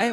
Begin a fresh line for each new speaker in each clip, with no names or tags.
哎，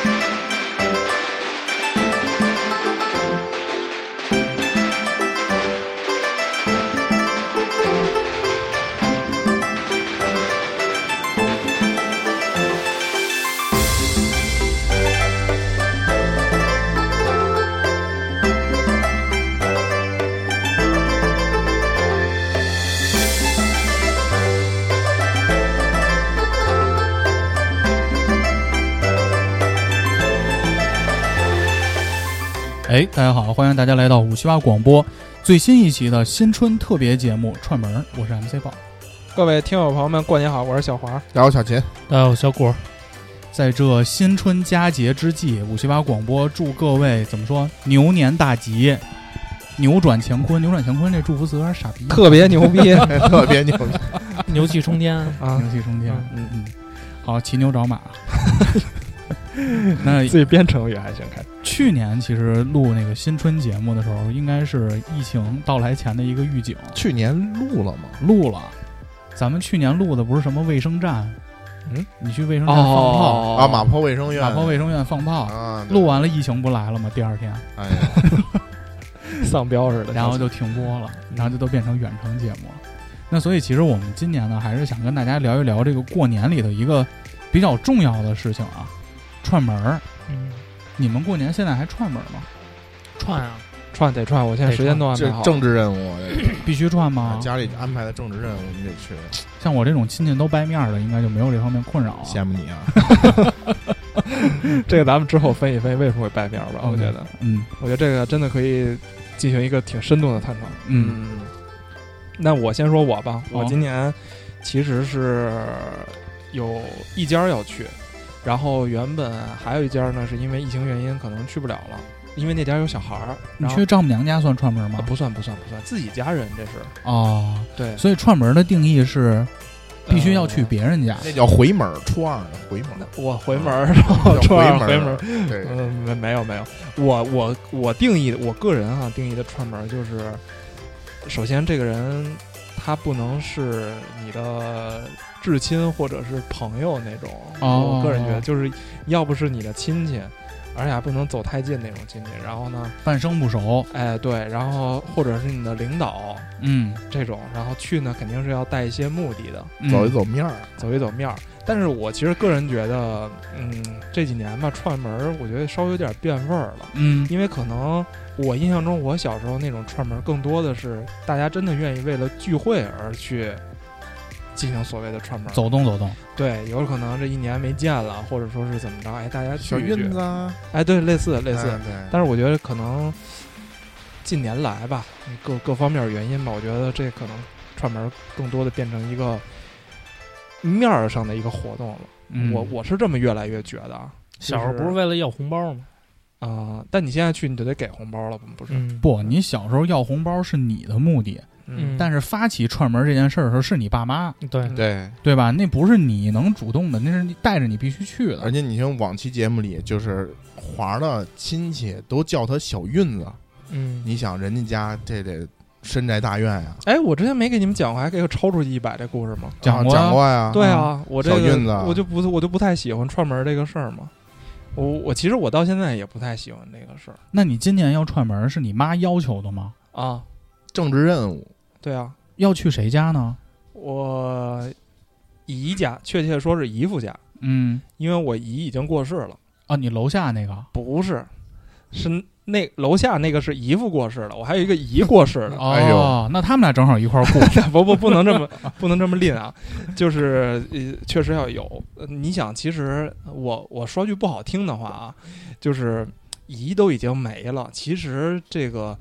哎，大家好，欢迎大家来到五七八广播最新一期的新春特别节目串门儿，我是 MC 豹。
各位听友朋友们，过年好，我是小 华。
然后小秦，
大家好，小果，
在这新春佳节之际，五七八广播祝各位怎么说牛年大吉，扭转乾坤。扭转乾坤这祝福词有点傻逼，啊
特别牛逼
特别牛，
牛气冲天。
啊！
牛气冲天。
嗯
嗯嗯，好，骑牛找马。 那
自己编成语还行，看
去年其实录那个新春节目的时候，应该是疫情到来前的一个预警，
去年录了吗？
录了。咱们去年录的不是什么卫生站，
嗯，
你去卫生站放
哦
炮，
啊，马坡卫生院，
打包卫生院放炮，
啊，对
录，完了疫情不来了吗？第二天，
哎呀，
丧彪似的。
然后就停播了，然后就都变成远程节目了。那所以其实我们今年呢，还是想跟大家聊一聊这个过年里的一个比较重要的事情啊，串门儿。
嗯，
你们过年现在还串门儿吗？
串啊，
串得串，我现在时间都安
这
排好。
政治任务，哎
必须串吗？
家里安排的政治任务你得去，
像我这种亲戚都掰面儿的，应该就没有这方面困扰了。
羡慕你啊！
这个咱们之后分析分析为什么会掰面儿吧。我觉得，
嗯
我觉得这个真的可以进行一个挺深度的探讨。
嗯，
那我先说我吧，
好
我今年其实是有一家要去，然后原本还有一家呢，是因为疫情原因可能去不了了，因为那家有小孩儿。
你
然后
去丈母娘家算串门儿
啊
吗？
不算不算不算，自己家人这是
哦，
对，
所以串门儿的定义是必须要去
呃
别人家。
那叫回门儿，初二的回门儿，
我回门儿，然后
叫
初二
回
回
门
门
儿
哦儿。，
对，
嗯，没没有没有，我我我定义的我个人哈、定义的串门儿就是，首先这个人他不能是你的至亲或者是朋友那种，
哦
我个人觉得就是要不是你的亲戚，而且还不能走太近那种亲戚。然后呢，
半生不熟，
哎对，然后或者是你的领导
嗯，
这种，然后去呢肯定是要带一些目的的，
嗯
走一走面儿，
走一走面儿。但是我其实个人觉得，嗯，这几年吧，串门儿我觉得稍微有点变味儿了。
嗯，
因为可能我印象中，我小时候那种串门儿更多的是大家真的愿意为了聚会而去进行所谓的串门儿。
走动走动。
对，有可能这一年没见了，或者说是怎么着，哎，大家
小
聚一聚
运子，啊，
哎，对，类似类
类
似。
对，
但是我觉得可能近年来吧，各各方面原因吧，我觉得这可能串门儿更多的变成一个面儿上的一个活动了。
嗯
我我是这么越来越觉得啊。
小时候不是为了要红包吗？
啊、但你现在去你就得给红包了，不是？
嗯，
不，你小时候要红包是你的目的，
嗯
但是发起串门这件事儿的时候是你爸妈，
对，
嗯
对，
对吧？那不是你能主动的，那是你带着你必须去
而
的。
且你听往期节目里，就是华儿的亲戚都叫他小运子，
嗯，
你想人家家这得深宅大院呀，
哎，我之前没给你们讲过还给我抽出去一百这故事吗？
讲
啊
过啊
讲过呀，
对啊，我这
小运子
个
啊
我就不我就不太喜欢串门这个事儿嘛。我我其实我到现在也不太喜欢这个事儿
那你今年要串门是你妈要求的吗？
啊。
政治任务，
对啊，
要去谁家呢？
我姨家，确切说是姨父家，
嗯，
因为我姨已经过世了，
啊，你楼下那个。
不是，是那楼下那个是姨父过世了，我还有一个姨过世 的。
哦，
哎呦
那他们俩正好一块儿过。
不不不能这么不能这么吝啊，就是呃确实要有。呃你想，其实我我说句不好听的话啊，就是姨都已经没了，其实这个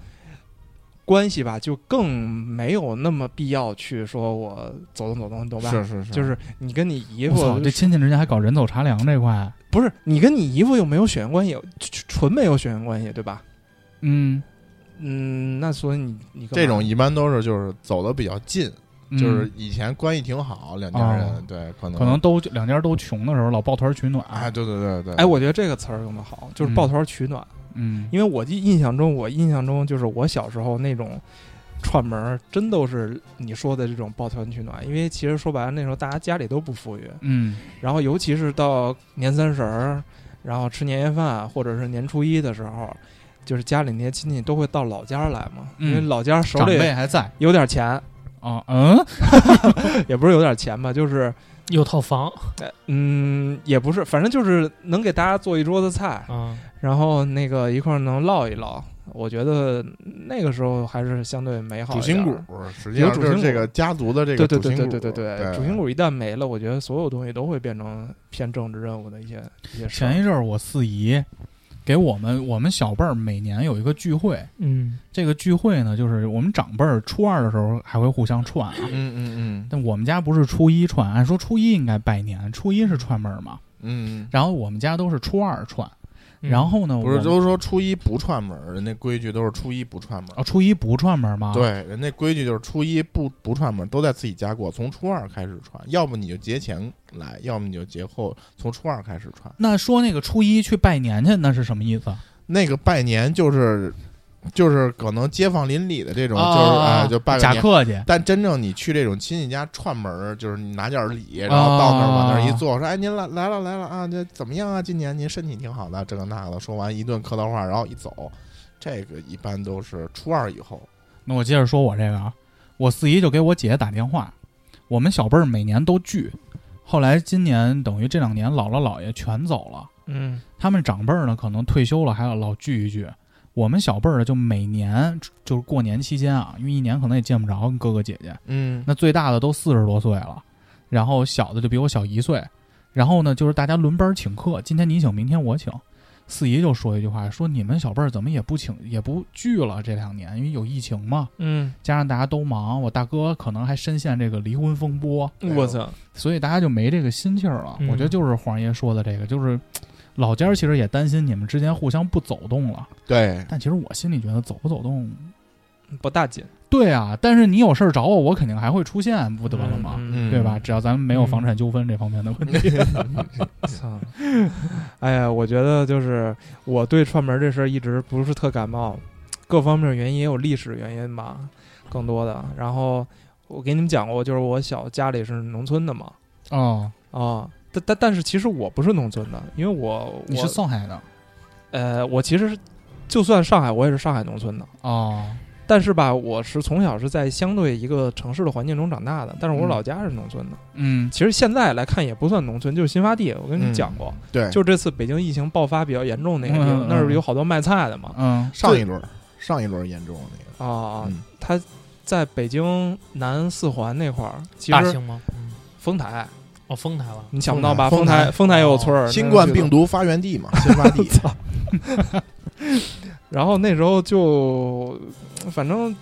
关系吧，就更没有那么必要去说我走动走动，你懂吧？
是是是，
就是你跟你姨
我操，
夫
这，亲戚之间还搞人走茶凉这块。
不是你跟你姨夫又没有血缘关系，纯纯没有血缘关系，对吧？
嗯，
嗯，那所以你你干嘛嗯
这种一般都是就是走的比较近，就是以前关系挺好，两家
哦
人对，可能
可能都两家都穷的时候，老抱团取暖。
哎，对对对对，
哎，我觉得这个词儿用的好，就是抱团取暖。
嗯，
因为我记印象中，我印象中就是我小时候那种串门儿，真都是你说的这种抱团取暖。因为其实说白了，那时候大家家里都不富裕，
嗯
然后尤其是到年三十儿，然后吃年夜饭或者是年初一的时候，就是家里那些亲戚都会到老家来嘛，
嗯
因为老家手
长
里
辈还在
有点钱，
啊，嗯
也不是有点钱吧，就是
有套房
嗯，也不是，反正就是能给大家做一桌子菜，
啊，
然后那个一块儿能唠一唠。我觉得那个时候还是相对美好一
主
点
心
儿。
骨，实际上
有
就
主
是
心骨
这个家族的这
对
个
对
主
对
心
对
骨，
对对对，主心
骨，
骨一旦没了，我觉得所有东西都会变成偏政治任务的一些一些事儿。
前一阵儿我四姨给我们我们小辈儿每年有一个聚会，
嗯，
这个聚会呢，就是我们长辈儿初二的时候还会互相串啊，
嗯嗯嗯
但我们家不是初一串，按说初一应该拜年，初一是串门儿嘛，
嗯，
然后我们家都是初二串，
嗯
然后呢，
不是
我们
都说初一不串门儿，人家规矩都是初一不串门儿。
哦初一不串门儿
哦
吗？，
对，人家规矩就是初一不不串门儿，都在自己家过，从初二开始串，要么你就节前来，要么你就节后，从初二开始串。
那说那个初一去拜年去，那是什么意思？
那个拜年就是就是可能街坊邻里的这种，
啊
就是
啊
哎、
啊
就拜个
假
年。
客气，
但真正你去这种亲戚家串门儿，就是你拿点儿礼，然后到那儿往那儿一坐，说：“哎，您来来了来了啊，这怎么样啊？今年您身体挺好的，这个那个的。”说完一顿客套话，然后一走，这个一般都是初二以后。
那我接着说我这个啊，我四姨就给我姐打电话，我们小辈儿每年都聚，后来今年等于这两年姥姥姥爷全走了，
嗯，
他们长辈儿呢可能退休了还要老聚一聚，我们小辈儿呢就每年就是过年期间啊，因为一年可能也见不着哥哥姐姐，
嗯
那最大的都四十多岁了，然后小的就比我小一岁，然后呢就是大家轮班请客，今天你请，明天我请。四姨就说一句话，说你们小辈儿怎么也不请也不聚了这两年，因为有疫情嘛。
嗯，
加上大家都忙，我大哥可能还深陷这个离婚风波，
我操，
所以大家就没这个心气儿了。
嗯
我觉得就是黄爷说的这个，就是嘖老家儿其实也担心你们之间互相不走动了，
对，
但其实我心里觉得走不走动，
不大紧，
对啊，但是你有事儿找我，我肯定还会出现，不得了吗？
嗯，
对吧？？只要咱们没有房产纠纷这方面的问题，
操！ 哎呀，我觉得就是我对串门这事儿一直不是特感冒，各方面原因也有历史原因吧，更多的。然后我给你们讲过，就是我小家里是农村的嘛，
哦，
啊，但但但是其实我不是农村的，因为我
你
我
是上海的
呃，我其实是就算上海，我也是上海农村的。
哦，
但是吧，我是从小是在相对一个城市的环境中长大的，但是我
嗯
老家是农村的。
嗯
其实现在来看也不算农村，就是新发地。我跟你们讲过，
对，
就这次北京疫情爆发比较严重那个地
嗯嗯嗯
方，那儿有好多卖菜的嘛。
嗯
上一轮儿，上一轮儿严重那个，
啊，
嗯
他在北京南四环那块儿，其
大
实
兴吗？嗯，
丰台，
哦，丰台了，
你想不到吧？丰
丰台哦
台，丰台也有村儿，
新冠病
毒。
毒发源地嘛，新发地
然后那时候就，反正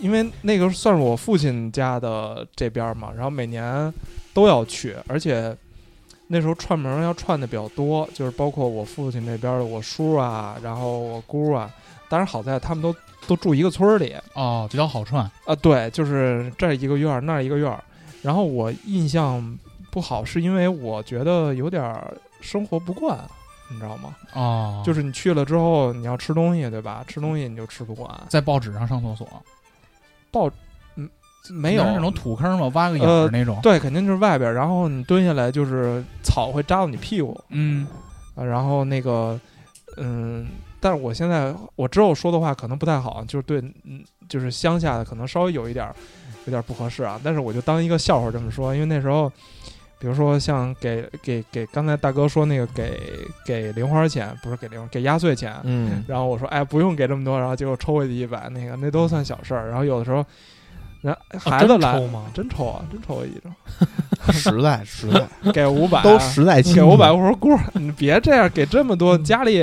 因为那个算是我父亲家的这边儿嘛，然后每年都要去，而且那时候串门儿要串的比较多，就是包括我父亲那边儿的我叔啊，然后我姑啊，当然好在他们都都住一个村儿里
哦，比较好串，
啊，对，就是这儿一个院儿，那儿一个院儿。然后我印象不好，是因为我觉得有点儿生活不惯，你知道吗？
哦，
就是是你去了之后，你要吃东西，对吧？吃东西你就吃不惯，
在报纸上上厕所，
没
那是那种
有。
土坑嘛，挖个眼儿
呃
那种，
对，肯定就是外边儿，然后你蹲下来就是草会扎到你屁股，
嗯
啊然后那个，嗯，但是我现在我之后说的话可能不太好，就是对，嗯，就是乡下的可能稍微有一点儿，有点儿不合适啊，但是我就当一个笑话这么说，因为那时候，比如说像给给给刚才大哥说那个给给零花钱，不是给零花给压岁钱，
嗯，
然后我说哎不用给这么多，然后结果抽回去一百，那个那都算小事儿。然后有的时候，然后
啊
孩子
真
来、
抽吗？
真抽啊，真抽我一张，
实在实在
给五百、啊
都实 在亲
给五百。
戚
我说姑，嗯你别这样，给这么多，家里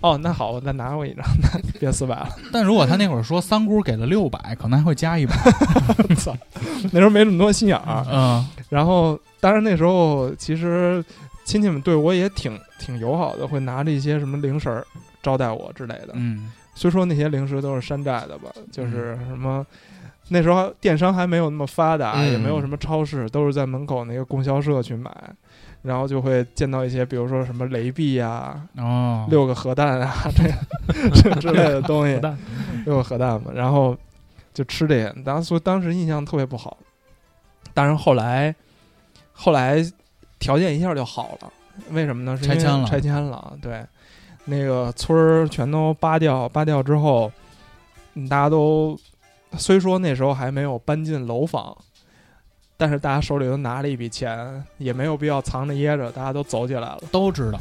哦那好，我再拿我一张，那别四百了。
但如果他那会儿说三姑给了六百，可能还会加一百。
那时候没这么多心眼儿。
嗯
然后当然那时候其实亲戚们对我也挺挺友好的，会拿着一些什么零食儿招待我之类的。
嗯
虽说那些零食都是山寨的吧，就是什么那时候电商还没有那么发达，
嗯
也没有什么超市，都是在门口那个供销社去买，然后就会见到一些，比如说什么雷碧啊呀、
哦，
六个核弹啊，这这之类的东西
核弹，
六个核弹嘛，然后就吃这个，当所以当时印象特别不好。但是后来，后来条件一下就好了，为什么呢？是因为
拆迁了
拆迁了，对，那个村儿全都扒掉，扒掉之后，嗯大家都虽说那时候还没有搬进楼房。但是大家手里都拿了一笔钱，也没有必要藏着掖着，大家都走起来了。
都知道，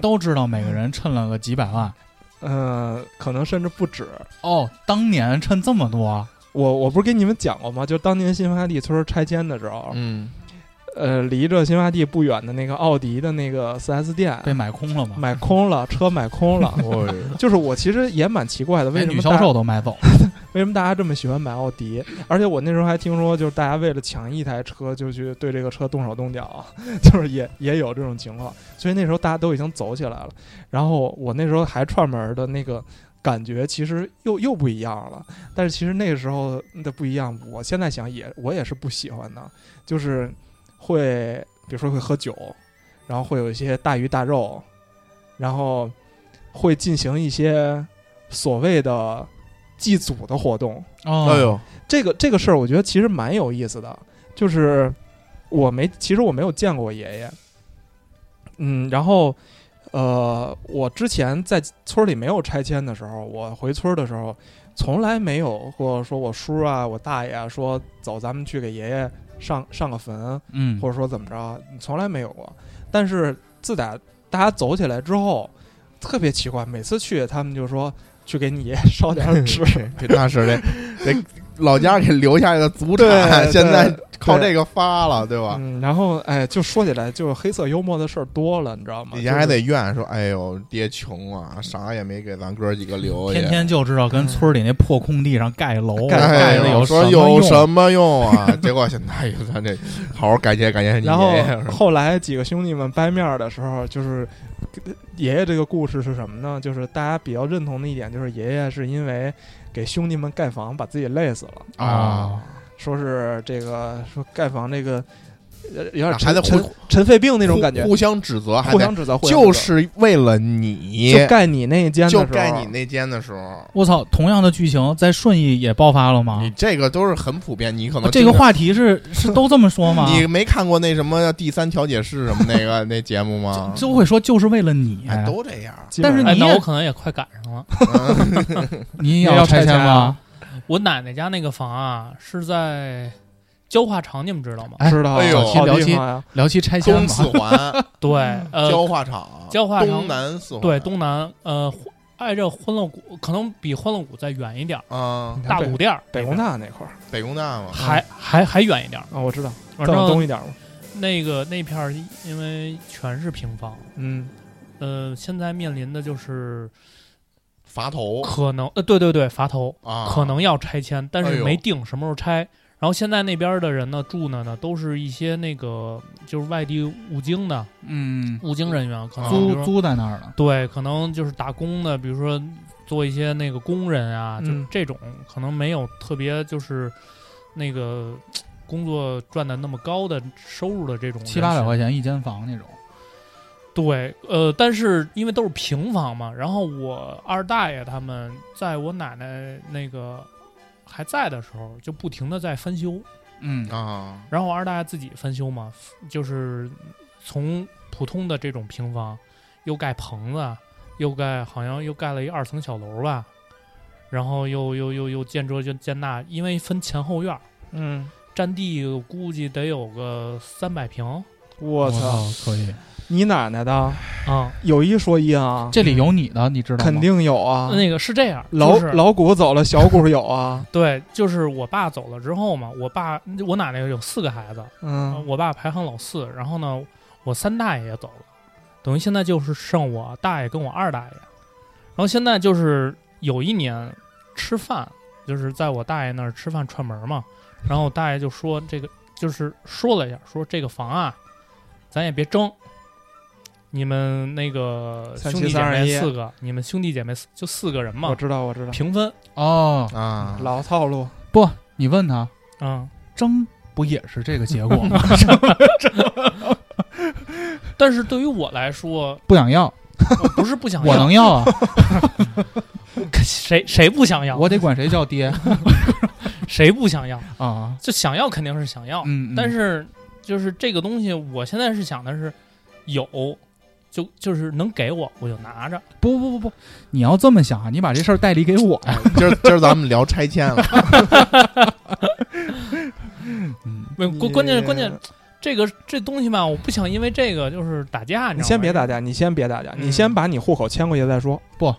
都知道每个人趁了个几百万。
嗯，可能甚至不止。
哦，当年趁这么多，
我我不是跟你们讲过吗？就当年新发地村拆迁的时候，
嗯，。
呃，离着新发地不远的那个奥迪的那个 4S 店
被买空了吗？
买空了，车买空 了
哦，
就是我其实也蛮奇怪的，为
连哎
什
女
么
销
大
售都买走了？
为什么大家这么喜欢买奥迪？而且我那时候还听说，就是大家为了抢一台车，就去对这个车动手动脚， 就是也也有这种情况。所以那时候大家都已经走起来了。然后我那时候还串门的那个感觉，其实又又不一样了。但是其实那个时候的不一样，我现在想也我也是不喜欢的，就是会比如说会喝酒，然后会有一些大鱼大肉，然后会进行一些所谓的祭祖的活动。
哦，
哎，呦，
这个这个事儿，我觉得其实蛮有意思的，就是我没，其实我没有见过我爷爷，嗯，然后呃，我之前在村里没有拆迁的时候，我回村儿的时候，从来没有过说我叔啊、我大爷啊说走，咱们去给爷爷上上个坟，
嗯，
或者说怎么着，从来没有过。但是自打大家走起来之后，特别奇怪，每次去他们就说去给你爷爷烧点儿纸。
这那是 得得老家给留下一个祖产，
对
现在
对
靠
对
这个发了，对吧？
嗯，然后哎，就说起来，就是黑色幽默的事儿多了，你知道吗？
以前还
嗯就是
得怨说，哎呦，爹穷啊，啥也没给咱哥几个留下。
天天就知道跟村里那破空地上盖楼，
盖
哎
盖
呦
的有
说
么
有
用
什么用啊？ 结果现在咱这好好感谢感谢你
然后
爷爷是吧
后来几个兄弟们掰面儿的时候，就是爷爷这个故事是什么呢？就是大家比较认同的一点，就是爷爷是因为给兄弟们盖房把自己累死了，
啊？
说是这个说盖房这个呃有点
啊还得
尘
互
尘尘肺病那种感觉
互，互相指责，还
互
得
相指责，互相
就
指责
是为了你
就盖你那一间的时
就
候，啊
盖你那间的时候，
我操，同样的剧情在顺义也爆发了吗
你？这个都是很普遍，
啊
你可能
这个
经常
话题是是都这么说吗？
你没看过那什么第三调解室什么那 个那节目吗？
就会说就是为了你，啊
哎，都这 样，
基本
但是
上
哎，
你
那
也
我可能也快赶上了。
你也
也要
拆
拆
迁
迁
吗
啊？
我奶奶家那个房啊，是在焦化厂，你们知道吗？
哎
知道啊，
哎呦
好
聊
地
起
方呀，
聊起拆迁
东
吧，
四环
对，呃，
焦化厂，
焦化厂
东南四环，
对，东南，呃，欢挨着欢乐谷，可能比欢乐谷再远一点儿，
啊，
大
北
鼓店儿
北工大那块儿
北工大嘛，
还还还远一点儿。
啊，我知道，
反
再往东
正
一点儿嘛，
那个那片儿，因为全是平房，
嗯，
呃，现在面临的就是
垡头
可能，呃，对对对，垡头
啊，
可能要拆迁，但
哎
是
呦
没定什么时候拆。然后现在那边的人呢，住呢呢都是一些那个就是外地务经的
嗯，
务经人员，可能比如
租
说
租在那儿呢。
对，可能就是打工的，比如说做一些那个工人啊，就
嗯
这种可能没有特别就是那个工作赚的那么高的收入的这种
七八百块
钱。
钱一间房那种，
对，呃，但是因为都是平房嘛，然后我二大爷他们在我奶奶那个还在的时候，就不停的在翻修，
嗯
啊，
然后我二大爷自己翻修嘛，就是从普通的这种平房，又盖棚子，又盖好像又盖了一二层小楼吧，然后又又又又建这就建那，因为分前后院儿，
嗯，
占地估计得有个三百平
我操，，
哦可以，
你奶奶的，
啊。
有一说一啊，
这里有你的，你知道吗？
肯定有啊，
那个是这样，
老
就是
老谷走了，小谷有啊，
对，就是我爸走了之后嘛，我爸我奶奶有四个孩子，呃
嗯，
我爸排行老四，然后呢，我三大爷也走了，等于现在就是剩我大爷跟我二大爷。然后现在就是有一年吃饭，就是在我大爷那儿吃饭串门嘛，然后我大爷就说这个就是说了一下，说这个房啊，咱也别争，你们那个
三
兄
七
弟姐
三二
妹
一
四个，你们兄弟姐妹四就四个人
我
嘛，
知道，我知道，
平分。
哦，
啊，
老套路，
不，你问他
嗯，
争不也是这个结果吗？
但是对于我来 说，
不想要，
我不是不想要，
我能要啊，
谁谁不想 要？
我得管谁叫爹
谁不想要？
啊。
就想要肯定是想要，
嗯，嗯
但是就是这个东西，我现在是想的是有，就就是能给我，我就拿着。
不不不不，你要这么想啊，你把这事儿代理给我呀。
今儿今儿咱们聊拆迁了，
嗯，
没有关关键是关键
你，
这个这东西吧，我不想因为这个就是打架，你
你
知道
先
吗
别打，架，你先别打架，
嗯
你先把你户口迁过去再说。
我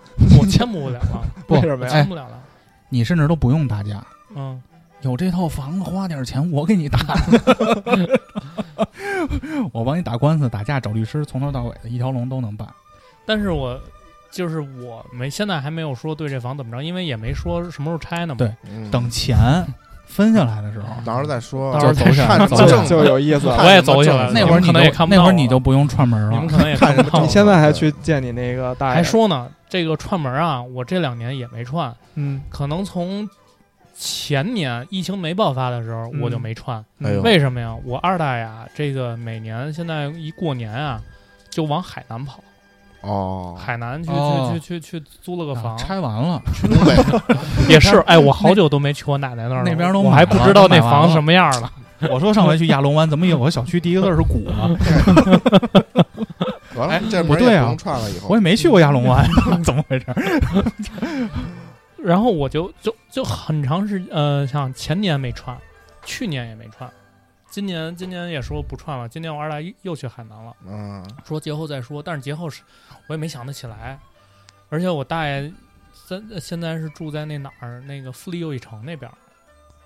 签不了 了，
不
为什么
我
呀？
签不了了。
哎你甚至都不用打架，
嗯，
有这套房子花点钱，我给你打， 我帮你打官司、打架、找律师，从头到尾的一条龙都能办。
但是我就是我没现在还没有说对这房怎么着，因为也没说什么时候拆呢嘛。
对
嗯
等钱分下来的时候，
到时候再说，
到时候
就
再
走起来
看
走
正
起
就
来
就有意思了。
我也走起来了，
那会儿
你
你
们嗯可能也
就
看不
那
到
会儿
我
你
了
就不用串门
你们
了。
可能也
看
看不
什么
到我
你
了。
现在还去见你那个大爷？
还说呢，这个串门啊，我这两年也没串，
嗯，
可能从前年疫情没爆发的时候
嗯
我就没串，
哎呦
为什么呀？我二大爷啊，这个每年现在一过年啊，就往海南跑，
哦，
海南去、
哦
去去去去租了个
啊
房，
拆完了，
东北
也是，哎，我好久都没去我奶奶那儿了，
那边都
我
买
还不
了
知道那
买完
房
了
什么样了，
我说上回去亚龙湾，怎么有个小区第一个字是啊鼓呢？
得了
哎，
这门
不
儿也
对啊
不用串了，以后
我也没去过亚龙湾， 怎么回事？
然后我就就就很长时呃，像前年没串，去年也没串，今年今年也说不串了，今年我二大爷又去海南了。
嗯，
说节后再说，但是节后是我也没想得起来，而且我大爷现现在是住在那哪儿那个富力又一城那边儿，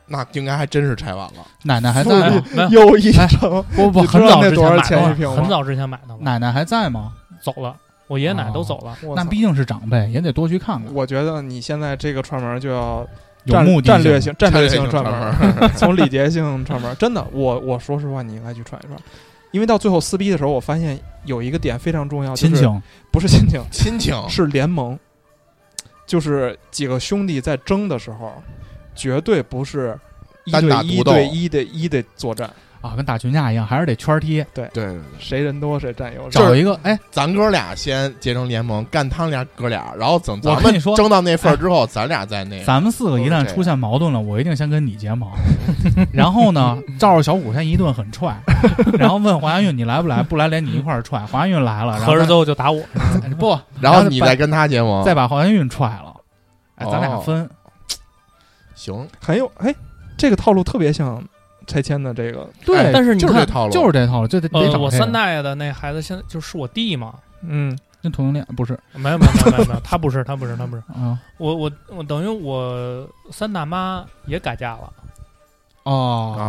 那应该还真是拆完了，
奶奶还在吗？
没有
又一城，
不不，
你哦知
很
道
早
那
之
多
前
少
买
钱一
的，
平吗？
很早之前买的了，
奶奶还在吗？
走了，我爷爷奶奶都走了，
哦我
那
操
毕竟是长辈，也得多去看看，
我觉得你现在这个串门就要
有
战
目的
战略性、战略性
性
串
串
门儿，
门儿，
从礼节性串门儿。真的，我我说实话，你应该去串一串，因为到最后撕逼的时候，我发现有一个点非常重要，
亲
啊就是
情。
不是亲情，
亲情
是联盟，就是几个兄弟在争的时候，绝对不是一
单
对
打
一
独斗
对一的一的作战，
啊，跟打群架一样，还是得圈儿踢，
对对对，
谁人多谁占优势。
找一个哎，
咱哥俩先结成联盟，干他俩哥俩，然后等
我
咱
跟
们
你说
争到那份儿之后，咱俩再
哎
那个，
咱们四个一旦出现矛盾了，我一定先跟你结盟， 然后呢，照着小古先一顿狠踹， 然后问华阳运你来不来，不来连你一块儿踹，华阳运来了，然
合
后
着最后就打我，
再不，
然后你
再
再跟他结盟，
再把华阳运踹了，哎，咱俩
哦
分，
行，
很有哎，这个套路特别像拆迁的这个，
哎
但是你
就是这
看。
套路，
就是这套路，就得得
呃，
找
我
这
三
个。
大爷的那孩子现在就是我弟嘛，
嗯，
跟同性恋不是
没有没有没有没有没有，他不是他不是他不是，
啊
我我我等于我三大妈也改嫁了，
哦，
啊，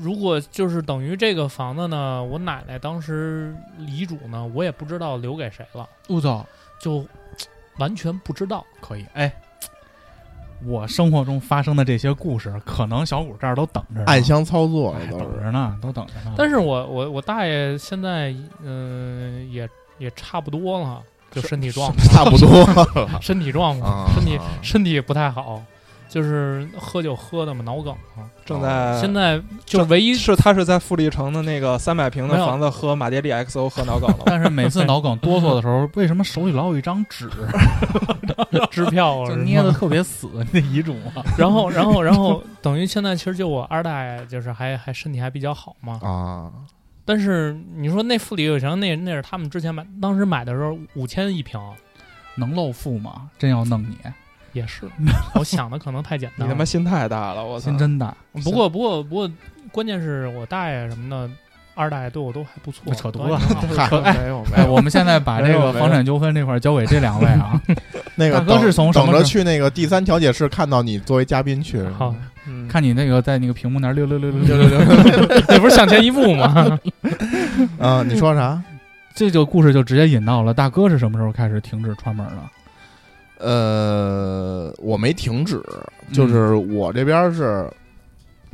如果就是等于这个房子呢，我奶奶当时遗嘱呢，我也不知道留给谁了，
陆总
就完全不知道。
可以哎。我生活中发生的这些故事，可能小谷这儿都等着呢
暗箱操作
哎
了都
等
是，
着呢，都等着呢。
但是我我我大爷现在嗯、也也差不多了，就身体状况，
差不多
身体状况，
啊，
身体身体不太好，就是喝酒喝的嘛，脑梗了。
正
哎
在
哦现在就唯一
是他是在富力城的那个三百平的
没有
房子喝马爹利 XO 喝脑梗 了吗，
但是每次脑梗哆嗦的时候，为什么手里老有一张 纸，
支票
就是捏
吗
的特别死？那遗嘱啊，
然后然后然后等于现在其实就我二大爷就是还还身体还比较好嘛，
啊，
但是你说那富里有城那那是他们之前买，当时买的时候五千一平，
能露富吗？真要弄你，
也是，我想的可能太简
你
单
他妈
了。
心太大了，我操
心！真大，
不过不过不过，关键是我大爷什么的，二大爷对我都还不错，
扯犊
都还挺 好
嗨
没有没有没
哎，
有，
我们现在把这
没有
个
没有
房产纠纷这块儿交给这两位啊。
那个
大哥
等
是从什
等
么
着
时
去那个第三调解室看到你作为嘉宾去，
好，
嗯
看你那个在那个屏幕那儿溜溜溜溜
六
溜，
六六，
这不是向前一步吗？
嗯，你说啥？
这就故事就直接引到了大哥是什么时候开始停止串门的？
呃，我没停止，
嗯
就是我这边是，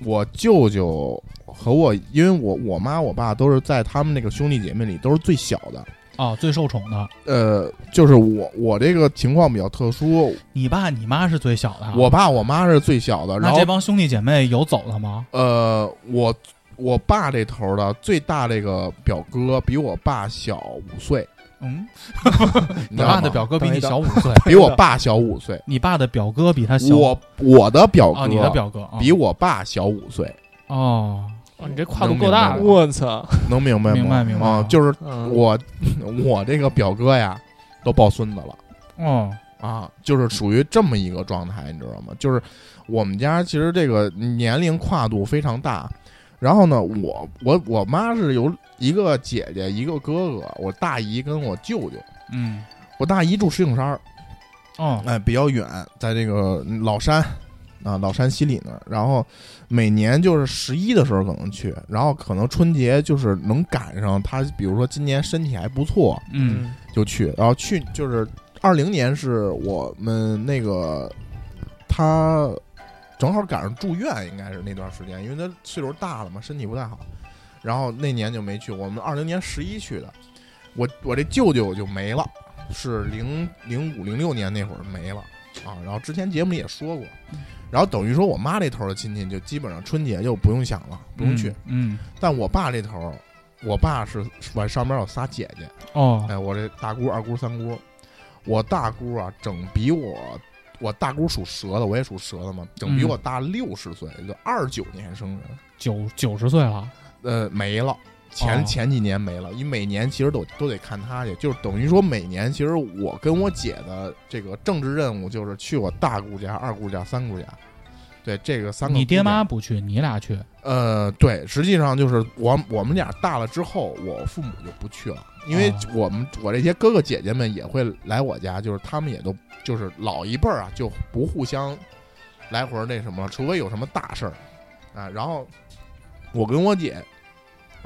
我舅舅和我，因为我我妈我爸都是在他们那个兄弟姐妹里都是最小的，
哦，最受宠的，
呃，就是我我这个情况比较特殊，
你爸你妈是最小的，啊
我爸我妈是最小的，然
那
后
这帮兄弟姐妹有走的吗？
呃，我我爸这头的最大这个表哥比我爸小五岁，
嗯，
你
你
知道
爸
吗
的表哥比你小五 岁，
比我爸小五岁，
你爸的表哥比 他小，
我我的表哥、
哦，你的表哥啊
比我爸小五岁，
哦，
哦，你这跨度够大
能
了
明白。
我操，
能明白吗？
明白明白
啊，就是
嗯
我 我这个表哥呀，都抱孙子了。
哦，
啊，就是属于这么一个状态，你知道吗？就是我们家其实这个年龄跨度非常大。然后呢，我我我妈是有一个姐姐，一个哥哥，我大姨跟我舅舅。
嗯，
我大姨住石景山儿，
哦，
哎，比较远，在这个老山啊，老山西里那儿。然后每年就是十一的时候可能去，然后可能春节就是能赶上她，比如说今年身体还不错，
嗯，
就去，然后去就是二零年是我们那个他正好赶上住院，应该是那段时间，因为他岁数大了嘛，身体不太好，然后那年就没去。我们二零年十一去的，我我这舅舅就没了，是零零五零六年那会儿没了啊。然后之前节目里也说过，然后等于说我妈这头的亲戚就基本上春节就不用想了，不用去。
嗯，
但我爸这头，我爸是我上边有仨姐姐。
嗯，哦，
哎，我这大姑、二姑、三姑，我大姑啊，整比我，我大姑属蛇的，我也属蛇的嘛，整比
嗯
我大六十岁，就二九年生人，
九九十岁了，
呃，没了。前
哦
前几年没了，因为每年其实都都得看她去，就是等于说每年其实我跟我姐的这个政治任务就是去我大姑家、二姑家、三姑家，对这个三个
你爹
姑家
妈不去，你俩去，
呃，对，实际上就是我我们俩大了之后，我父母就不去了，因为
哦
我们、我这些哥哥姐姐们也会来我家，就是他们也都就是老一辈儿啊，就不互相来回儿那什么了，除非有什么大事儿啊。然后我跟我姐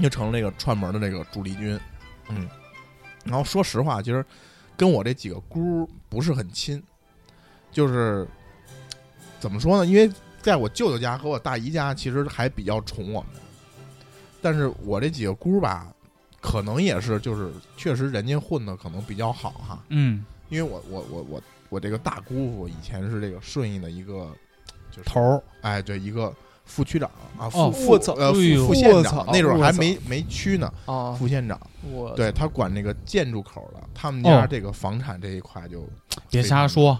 就成了这个串门的这个主力军，嗯。然后说实话，其实跟我这几个姑儿不是很亲，就是怎么说呢？因为在我舅舅家和我大姨家，其实还比较宠我们。但是我这几个姑吧，可能也是就是确实人家混的可能比较好哈，
嗯，
因为我我我我我这个大姑父以前是这个顺义的一个就是
头儿，
哎对一个副区长啊
哦
副副
我操
呃副
哎呦
副县
我
长
操
那会儿还
我操
没没区呢
哦
啊，
副县长
我
对他管这个建筑口的他们家
哦
这个房产这一块就
别瞎说，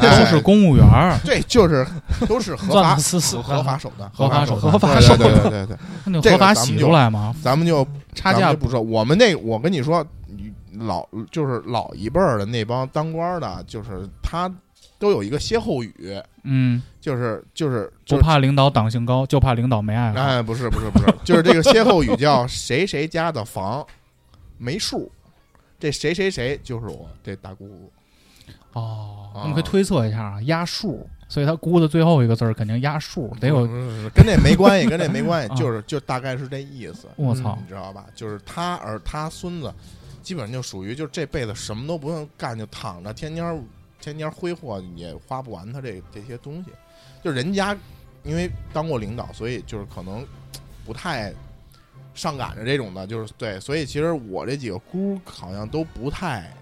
都
哎
是公务员儿，
对就是都是 合
赚
法
的死死
合
的，
合法手段
合法
手
手段
法手对对对对对
那你
这个
合法
咱们
洗
就
出来吗？
咱们就
差
咱
价
们就不说，我们那我跟你说，你老就是老一辈儿的那帮当官的，就是他都有一个歇后语，
嗯，
就是就是就
不
是，
怕领导党性高，就怕领导没爱好。
哎，不是不是不是，就是这个歇后语叫谁谁家的房没数，这谁谁谁就是我这大姑姑，
哦，
啊
我们可以推测一下啊，压数，所以他估的最后一个字儿肯定压数，得有
不是不是不是跟这没关系，跟这没 关系，
啊
就是就大概是这意思，
我操
你知道吧？就是他而他孙子，基本上就属于就这辈子什么都不用干，就躺着天天儿天天儿挥霍，也花不完他这这些东西。就人家因为当过领导，所以就是可能不太上赶着这种的，就是对，所以其实我这几个姑好像都不太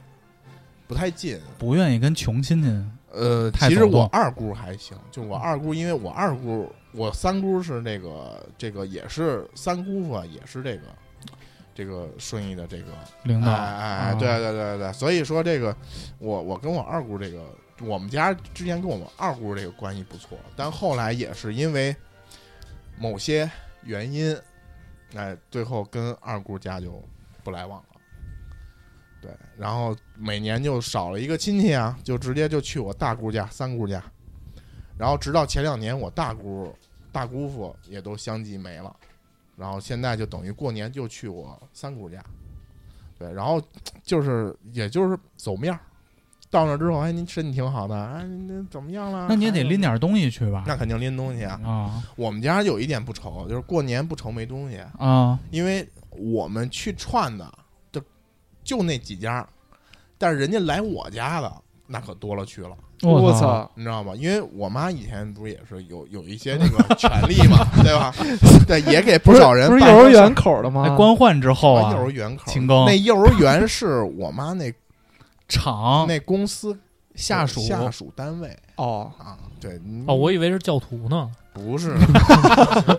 不太近，
不愿意跟穷亲戚
呃，
太
其实
走动
我二姑还行，就我二姑，因为我二姑，我三姑是那个这个也是三姑父啊，也是这个这个顺义的这个，
领导。
哎哎哎，
啊
对对对对，所以说这个我我跟我二姑这个，我们家之前跟我们二姑这个关系不错，但后来也是因为某些原因，哎，最后跟二姑家就不来往了。对，然后每年就少了一个亲戚啊，就直接就去我大姑家、三姑家，然后直到前两年我大姑、大姑父也都相继没了，然后现在就等于过年就去我三姑家，对，然后就是也就是走面儿，到那之后，哎，您身体挺好的，哎，您怎么样了？
那你也得
哎
拎，点东西去吧？
那肯定拎东西啊。
啊
我们家有一点不愁，就是过年不愁没东西，
啊！
因为我们去串的就就那几家，但是人家来我家的那可多了去了。
我
操！
操，
你知道吗？因为我妈以前不是也是有有一些那个权利嘛，对吧？对，也给不少人
不是
办
幼
过
儿
事儿
园口的吗？
哎，官宦之后
啊
啊
幼，儿园口儿
秦庚
那幼儿园是我妈那
厂
那公司
啊哦下属
下属单位
哦，
啊，对
哦，我以为是教徒呢。
不是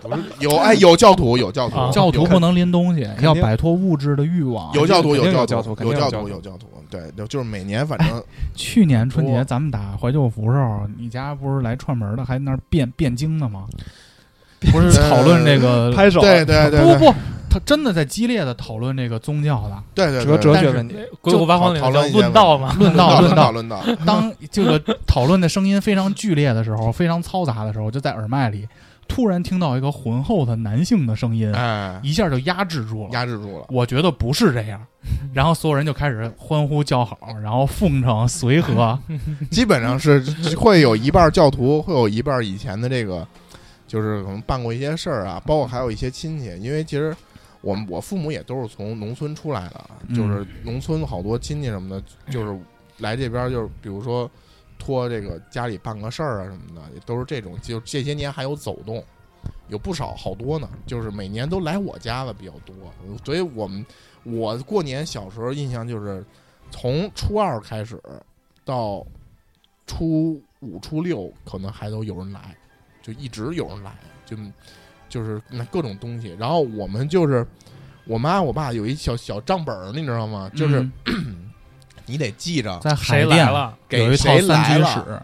不是有哎有教徒有教徒
啊
教徒
有
不能拎东西，要
定
摆脱物质的欲望。
有教徒
肯定有教
有教
徒肯定
有
有
教
教
徒
徒
有教徒，对，就就是每年反正
去年春
多
节咱们打怀旧服时候，你家不是来串门的，还在那儿辩辩经呢吗？不是
经
讨论这个，
拍手，
对对对
不
对
不不，他真的在激烈的讨论这个宗教的。
对对
哲
对
哲学
对
但是
问题，
鬼谷八荒里
讨
头
论一
叫
些
论道嘛，
论道
论
论
道
道，
论道，
当这个讨论的声音非常剧烈的时候，非常嘈杂的时候，就在耳麦里突然听到一个浑厚的男性的声音，
哎，
一下就压制住了。
压制住了。
我觉得不是这 样，然后所有人就开始欢呼叫好，然后奉承随和。
嗯基本上是会有一半教徒，会有一半以前的这个，就是可能办过一些事儿啊，包括还有一些亲戚，因为其实我们我父母也都是从农村出来的，
嗯
就是农村好多亲戚什么的，就是来这边就是比如说托这个家里办个事儿啊什么的，也都是这种，就这些年还有走动。有不少好多呢，就是每年都来我家的比较多，所以我们我过年小时候印象就是从初二开始到初五、初六，可能还都有人来，就一直有人来，就就是那各种东西。然后我们就是我妈我爸有一小小账本儿，你知道吗？就是
嗯
你得记着
在海
谁来
淀
了？
给
有一套
谁来
三居
了，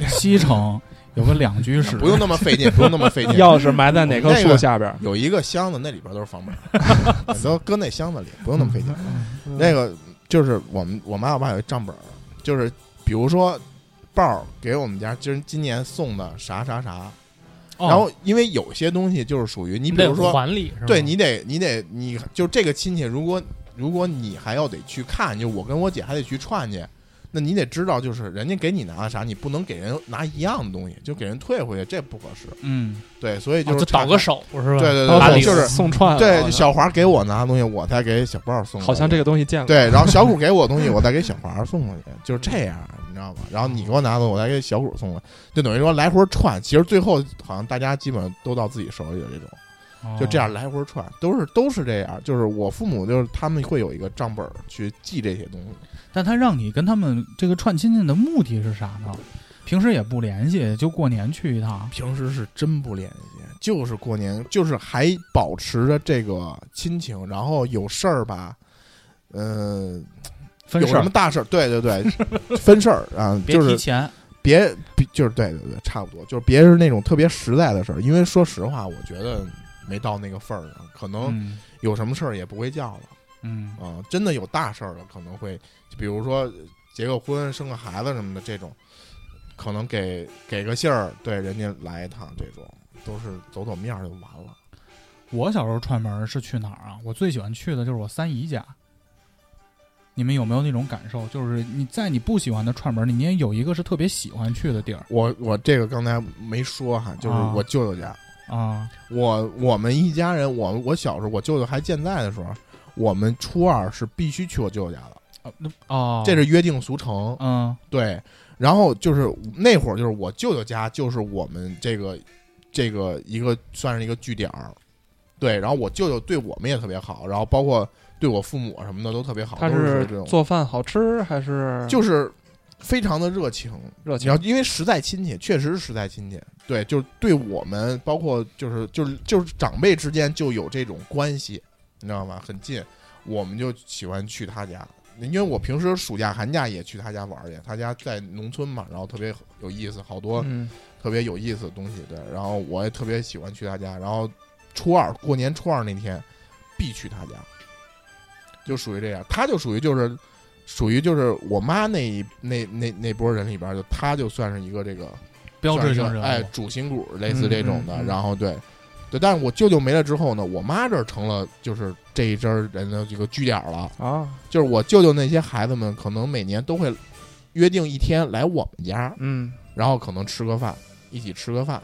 室， 西城有个两居室，
不用那么费劲，不用那么费 劲。
钥匙埋在哪棵
那
树
个
下边 儿？
有一个箱子，那里边都是房本儿，你都搁那箱子里，不用那么费劲。
嗯
那
个
个就是我们我妈我爸有一账本儿，就是比如说豹儿给我们家今今年送的啥啥啥，
哦
然后因为有些东西就是属于你，
你
比如
得
说，
还礼是吗？
对你得你得你就这个亲戚，如果如果你还要得去看，就我跟我姐还得去串去。那你得知道，就是人家给你拿的啥，你不能给人拿一样的东西，就给人退回去，这不合适。
嗯，
对，所以
哦
就是
就
岔
倒个
开
手是吧？
对对
打
对，
礼
就是
送串了，好
对，就
像
小华给我拿的东西，我才给小豹送过去。
好像这个东西见过，
对，然后小谷给我东西，我再给小华送过去，就是这样，你知道吧？然后你给我拿的，我再给小谷送过去，就等于说来回串。其实最后好像大家基本上都到自己手里的这种，
哦
哦
就这样来回串，都是都是这样。就是我父母就是他们会有一个账本儿去记这些东西。
但他让你跟他们这个串亲戚的目的是啥呢？平时也不联系，就过年去一趟。
平时是真不联系，就是过年，就是还保持着这个亲情，然后有事儿吧，呃，
分
有
事
什
儿
么，大事儿？对对 对，分事儿啊，
别
就是
提钱。
别别就是对对对，差不多，就是别是那种特别实在的事儿。因为说实话，我觉得没到那个份儿上，可能
嗯
有什么事儿也不会叫了
嗯，
啊、真的有大事儿了，可能会，就比如说结个婚、生个孩子什么的这种，可能给给个信儿，对人家来一趟，这种都是走走面儿就完了。
我小时候串门是去哪儿啊？我最喜欢去的就是我三姨家。你们有没有那种感受？就是你在你不喜欢的串门里，你也有一个是特别喜欢去的地儿
我我这个刚才没说哈，就是
啊
我舅舅家，
啊。
我我们一家人，我我小时候我舅舅还健在的时候，我们初二是必须去我舅舅家的。
啊那哦，
这是约定俗成。
嗯
对，然后就是那会儿，就是我舅舅家，就是我们这个这个一个算是一个据点儿。对，然后我舅舅对我们也特别好，然后包括对我父母啊什么的都特别好，
他
都是
是
属于这种，
做饭好吃还是
就是非常的热情。
热
你
情
要？因为实在亲戚，确实是实在亲戚，对，就是对我们，包括就是就是就是长辈之间就有这种关系，你知道吗？很近，我们就喜欢去他家，因为我平时暑假寒假也去他家玩儿去，他家在农村嘛，然后特别有意思，好多
嗯，
特别有意思的东西，对，然后我也特别喜欢去他家，然后初二过年初二那天必去他家，就属于这样，他就属于就是属于就是我妈那一那那那波人里边儿，就他就算是一个这个
标志性
算是
人
一
物。
个哎主心骨类似这种的，
嗯嗯嗯
然后对对，但是我舅舅没了之后呢，我妈这儿成了就是这一支儿人的这个据点儿了，
啊，
就是我舅舅那些孩子们可能每年都会约定一天来我们家，
嗯，
然后可能吃个饭，一起吃个饭，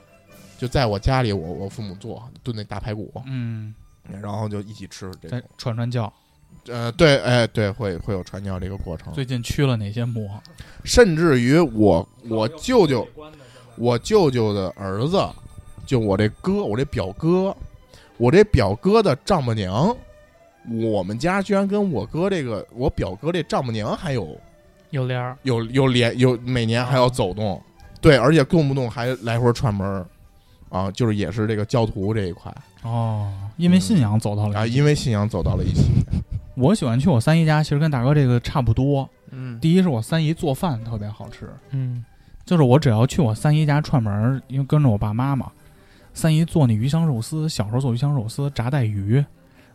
就在我家里我，我父母做炖那大排骨，
嗯，
然后就一起吃这
再
种。
传传教。
呃，对，哎，对，会会有传教这个过程，
最近去了哪些魔？
甚至于我我舅舅，我舅舅的儿子，就我这哥，我这表哥，我这表哥的丈母娘，我们家居然跟我哥这个我表哥这丈母娘还有
有帘儿，
有有连有每年还要走动，对，而且动不动还来回串门儿啊，就是也是这个教徒这一块
哦，因为信仰走到了
啊，
一起
因为信仰走到了一起，
我喜欢去我三姨家，其实跟大哥这个差不多。
嗯，
第一是我三姨做饭特别好吃，
嗯，
就是我只要去我三姨家串门儿，因为跟着我爸妈嘛，三姨做那鱼香肉丝，小时候做鱼香肉丝、炸带鱼，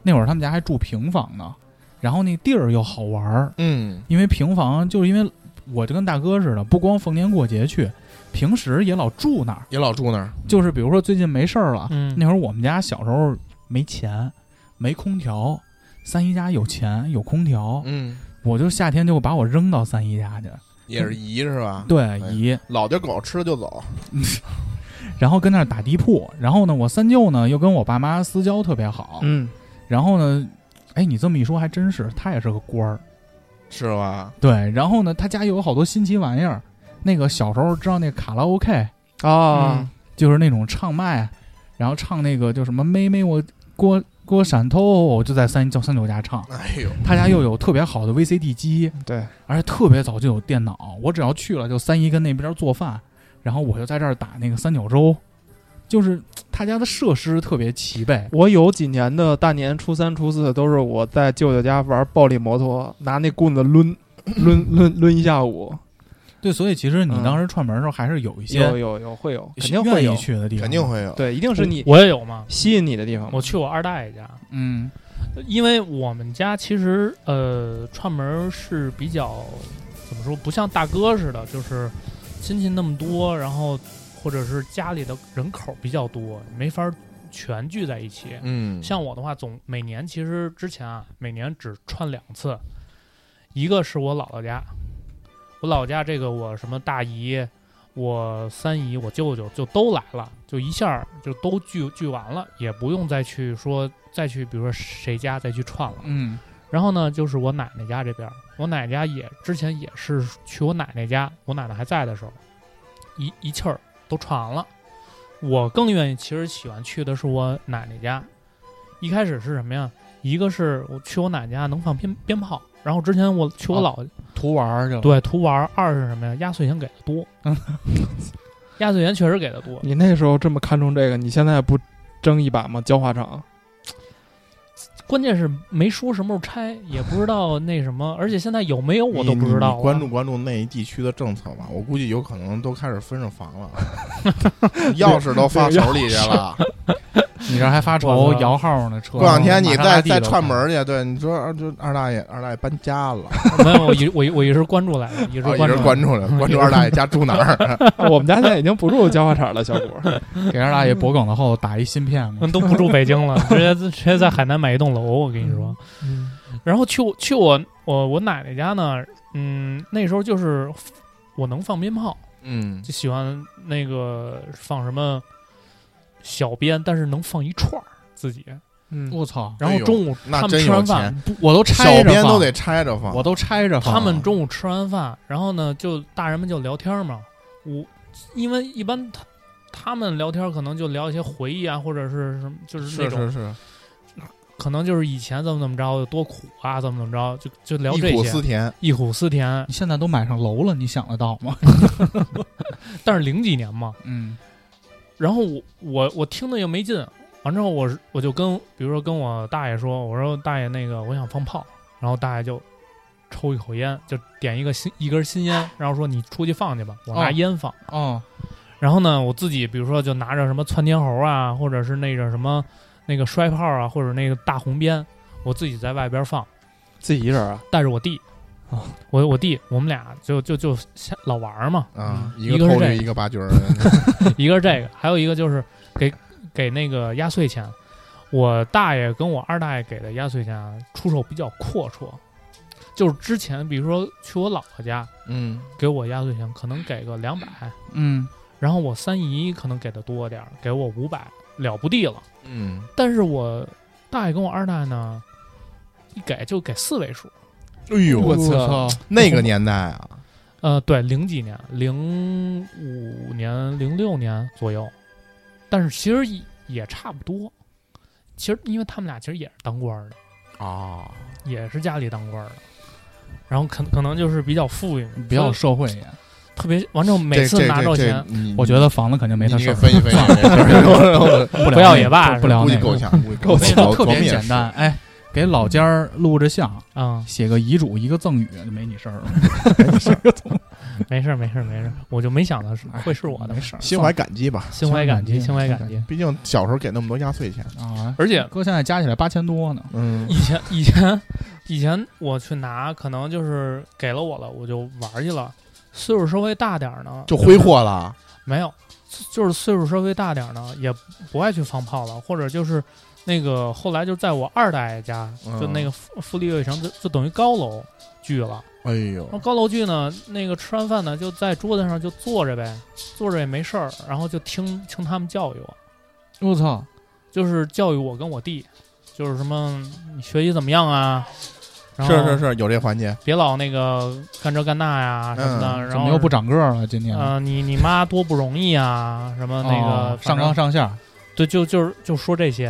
那会儿他们家还住平房呢，然后那地儿又好玩儿，
嗯
因为平房就是因为我就跟大哥似的，不光逢年过节去，平时也老住那儿，
也老住那儿，
就是比如说最近没事儿了，
嗯
那会儿我们家小时候没钱，没空调，三姨家有钱有空调，
嗯，
我就夏天就把我扔到三姨家去，
也是姨是吧？
对姨，
老家狗吃了就走，
然后跟那儿打地铺。然后呢，我三舅呢又跟我爸妈私交特别好，
嗯，
然后呢，哎，你这么一说还真是，他也是个官儿，
是吧？
对。然后呢，他家又有好多新奇玩意儿，那个小时候知道那卡拉 OK，
啊，
就是那种唱麦，然后唱那个叫什么妹妹我过过山头，就在三舅三舅家唱。
哎呦，
他家又有特别好的 VCD 机，
嗯
对，
而且特别早就有电脑。我只要去了，就三姨跟那边做饭，然后我就在这儿打那个三角洲，就是他家的设施特别齐备。
我有几年的大年初三、初四都是我在舅舅家玩暴力摩托，拿那棍子抡抡抡抡一下午，
对，所以其实你
嗯
当时串门的时候，还是有一些
有有有会有，肯定会
愿
有
意，去的地方，
肯定。会有，
对，一定是你
我也有嘛。
吸引你的地方。
我去我二大爷家，
嗯，
呃因为我们家其实呃串门儿是比较怎么说，不像大哥似的，就是亲戚那么多，然后或者是家里的人口比较多，没法儿全聚在一起。
嗯，
像我的话，总每年其实之前啊，每年只串两次，一个是我姥姥家，我姥姥家这个我什么大姨、我三姨、我舅舅就都来了，就一下儿就都聚聚完了，也不用再去说再去，比如说谁家再去串了。
嗯，
然后呢，就是我奶奶家这边儿，我奶奶家也之前也是去我奶奶家，我奶奶还在的时候，一一气儿都串完了。我更愿意，其实喜欢去的是我奶奶家。一开始是什么呀？一个是我去我奶奶家能放鞭鞭炮，然后之前我去我姥、
哦
图玩儿去了。，
对图玩儿。二是什么呀？压岁钱给的 多，压岁钱确实给的多。
你那时候这么看重这个，你现在不争一把吗？焦化厂，
关键是没说什么时候拆，也不知道那什么，而且现在有没有我都
你
不
你
知道
你
了。
关注关注那一地区的政策吧，我估计有可能都开始分上房了，钥匙都发手里去了。
你这还发
我
愁
操
摇号呢，车
过两天你
玛莎拉
再
蒂都
再串门去，对，你说二就二大爷，二大爷搬家了，
没有，我一我一我一直关注来的，一直
啊
关
一
注
直
来的
关注了，关注二大爷家住哪儿，
啊我们家现在已经不住焦化厂了，小果。
给二大爷脖梗子后打一芯片嘛。
嗯都不住北京了，直接直接在海南买一栋楼，我跟你说。
嗯
然后去我去我我我奶奶家呢，嗯，那时候就是我能放鞭炮，
嗯，
就喜欢那个放什么小鞭，但是能放一串儿自己。
嗯，
我操，
然后
哎呦
中午
那
他们
真
吃
有
完
钱啊
饭，，
不我都拆
小
着
编
放
都得拆着放，
我都拆着放。
他们中午吃完饭，然后呢，就大人们就聊天嘛。我因为一般他他们聊天可能就聊一些回忆啊，或者是什么，就是那
是
种
是是，
可能就是以前怎么怎么着有多苦啊，怎么怎么着，就就聊这
忆苦思
些，
甜，
忆苦思甜
你。现在都买上楼了，你想得到吗？
但是零几年嘛，
嗯，
然后我我我听的又没劲，完之后我是我就跟比如说跟我大爷说，我说大爷那个我想放炮，然后大爷就抽一口烟，就点一个新一根新烟，然后说你出去放去吧，我
啊
拿
哦
烟放。
哦，
然后呢，我自己比如说就拿着什么窜天猴啊，或者是那个什么那个摔炮啊，或者那个大红鞭，我自己在外边放。
自己一人啊？
带着我弟，
哦
我我弟，我们俩就就就瞎老玩儿嘛，
啊，一个
一个是
透
这
绿，
个
一个八军儿，
一个是这个，还有一个就是给给那个压岁钱，我大爷跟我二大爷给的压岁钱啊，出手比较阔绰，就是之前比如说去我姥姥家
嗯，
给我压岁钱，可能给个两百，
嗯，
然后我三姨可能给的多点儿，给我五百，了不地了。
嗯，
但是我大爷跟我二大爷呢，一给就给四位数。
哎呦
我操！
那个年代啊，
呃，对，零几年，零五年、零六年左右，但是其实也也差不多。其实因为他们俩其实也是当官儿的，
啊，
也是家里当官儿的，然后可能可能就是比较富裕，
比较有
所
社会一点。
以特别完之后每
这
次
这
拿着
这
钱
这，你
我觉得房子肯定没他
你
事
给
儿，
分析分析这事儿，
不
不要
也
也罢
不聊
估计
那
够
个。
呛，估计
我那
够呛，
个特
我们
别
也
简
是
单，哎，给老家儿录着像，
啊、
写个遗嘱，一个赠语就没你事儿了。
没事儿没事儿没事儿，我就没想到是会是我的
没， 事儿，
心怀感激吧。
心怀感激，
心
心
怀
怀
感
感
激
激。
毕竟小时候给那么多压岁钱，
啊！
而且
哥现在加起来八千多呢，
嗯，
以前 以前以前我去拿，可能就是给了我了，我就玩儿去了。岁数稍微大点儿呢，
就挥霍了。
没有，就是岁数稍微大点儿呢，也不爱去放炮了，或者就是那个后来就在我二大爷家，
嗯
就那个富富丽卫城，就就等于高楼聚了。
哎呦
然后，高楼聚呢，那个吃完饭呢，就在桌子上就坐着呗，坐着也没事儿，然后就听听他们教育我，
我操！
就是教育我跟我弟，就是什么你学习怎么样啊？然后
是是是，有这环节，
别老那个干这干那呀什么的，
嗯
怎
然后
么又不长个儿了？今天
呃，你你妈多不容易啊，什么那个、
哦上纲上线儿，
对，就就是就说这些。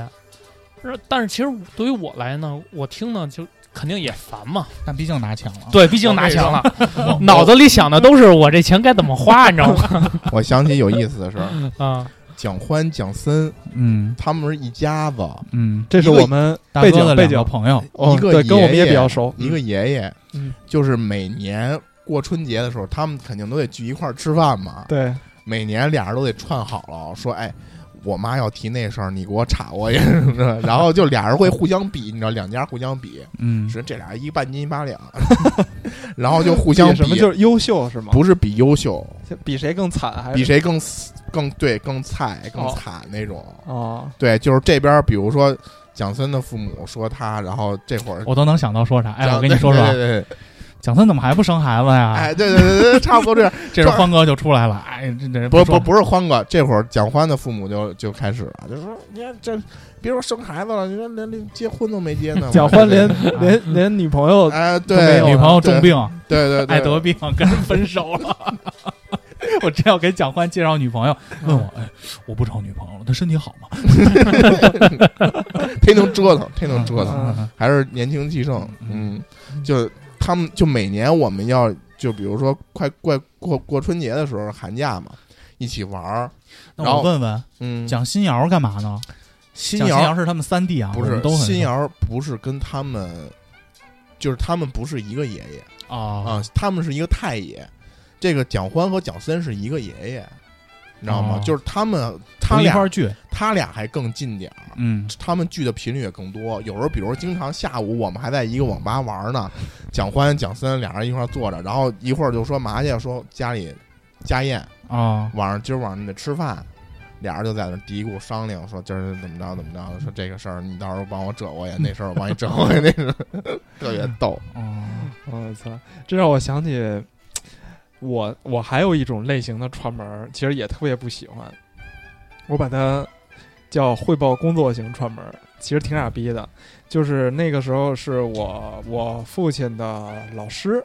然后但是其实对于我来呢，我听呢就肯定也烦嘛。
但毕竟拿钱了。
对，毕竟拿钱了， 脑子里想的都是我这钱该怎么花，你知道 吗？
我想起有意思的事儿，
啊，
蒋欢、蒋森
嗯
他们是一家子，
嗯，
这是我们
大
背
哥的
景背
两个
景，
朋友，
哦
一，个
对，跟我们
爷
也
爷
比较熟。
一个爷爷，
嗯，
就是每年过春节的时候，他们肯定都得聚一块儿吃饭嘛。
对，
每年俩人都得串好了，说哎。我妈要提那事儿，你给我插我也 是，然后就俩人会互相比，你知道，两家互相比，
嗯，
是这俩人一半斤一八两， 然后就互相
比什么
比，
就是优秀是吗？
不是比优秀，
是比谁更惨还是
比谁更死更对更菜更
哦
惨那种。
哦，
对，就是这边儿，比如说蒋森的父母说他，然后这会儿
我都能想到说啥。哦哎，
蒋
我跟你说说
对
啊，
对对对，
蒋森怎么还不生孩子呀？
哎，对对对对，差不 多这样。
这时候欢哥就出来了，哎，这这人
不是
说
不不是欢哥，这会儿蒋欢的父母就就开始了，就说你看这别说生孩子了，你说连连结婚都没结呢。
蒋欢连
对
连连女朋友
哎
没
对
有
女朋友重病，
对对对，
爱得病，跟人分手了。 我真要给蒋欢介绍女朋友，问我，哎，我不找女朋友了，她身体好吗？
忒能折腾，忒能折腾，
嗯
还是年轻气盛。嗯，就他们就每年我们要就比如说快快过过春节的时候，寒假嘛，一起玩儿。
那
然
我
后
问问，
嗯，
蒋新瑶干嘛呢？
新
蒋新
瑶
瑶是他们三弟啊，
不
我
是
们都很
新瑶，不是跟他们，就是他们不是一个爷爷。
啊
啊，他们是一个太爷，这个蒋欢和蒋森是一个爷爷，你知道吗？
哦
就是他们他
同一块
俩
儿聚，
他俩还更近点儿，
嗯，
他们聚的频率也更多。有时候，比如经常下午我们还在一个网吧玩呢，蒋欢、蒋森俩人一块儿坐着，然后一会儿就说嘛去，说家里家宴，
啊，
晚上今儿晚上你得吃饭。俩人就在那嘀咕商量，说今儿怎么着怎么着，说这个事儿你到时候帮我折我也，那事儿我帮你折我也，那事儿 特别逗。
哦
我操！这让我想起我，我还有一种类型的串门儿，其实也特别不喜欢，我把它叫汇报工作型串门儿，其实挺傻逼的。就是那个时候是我我父亲的老师，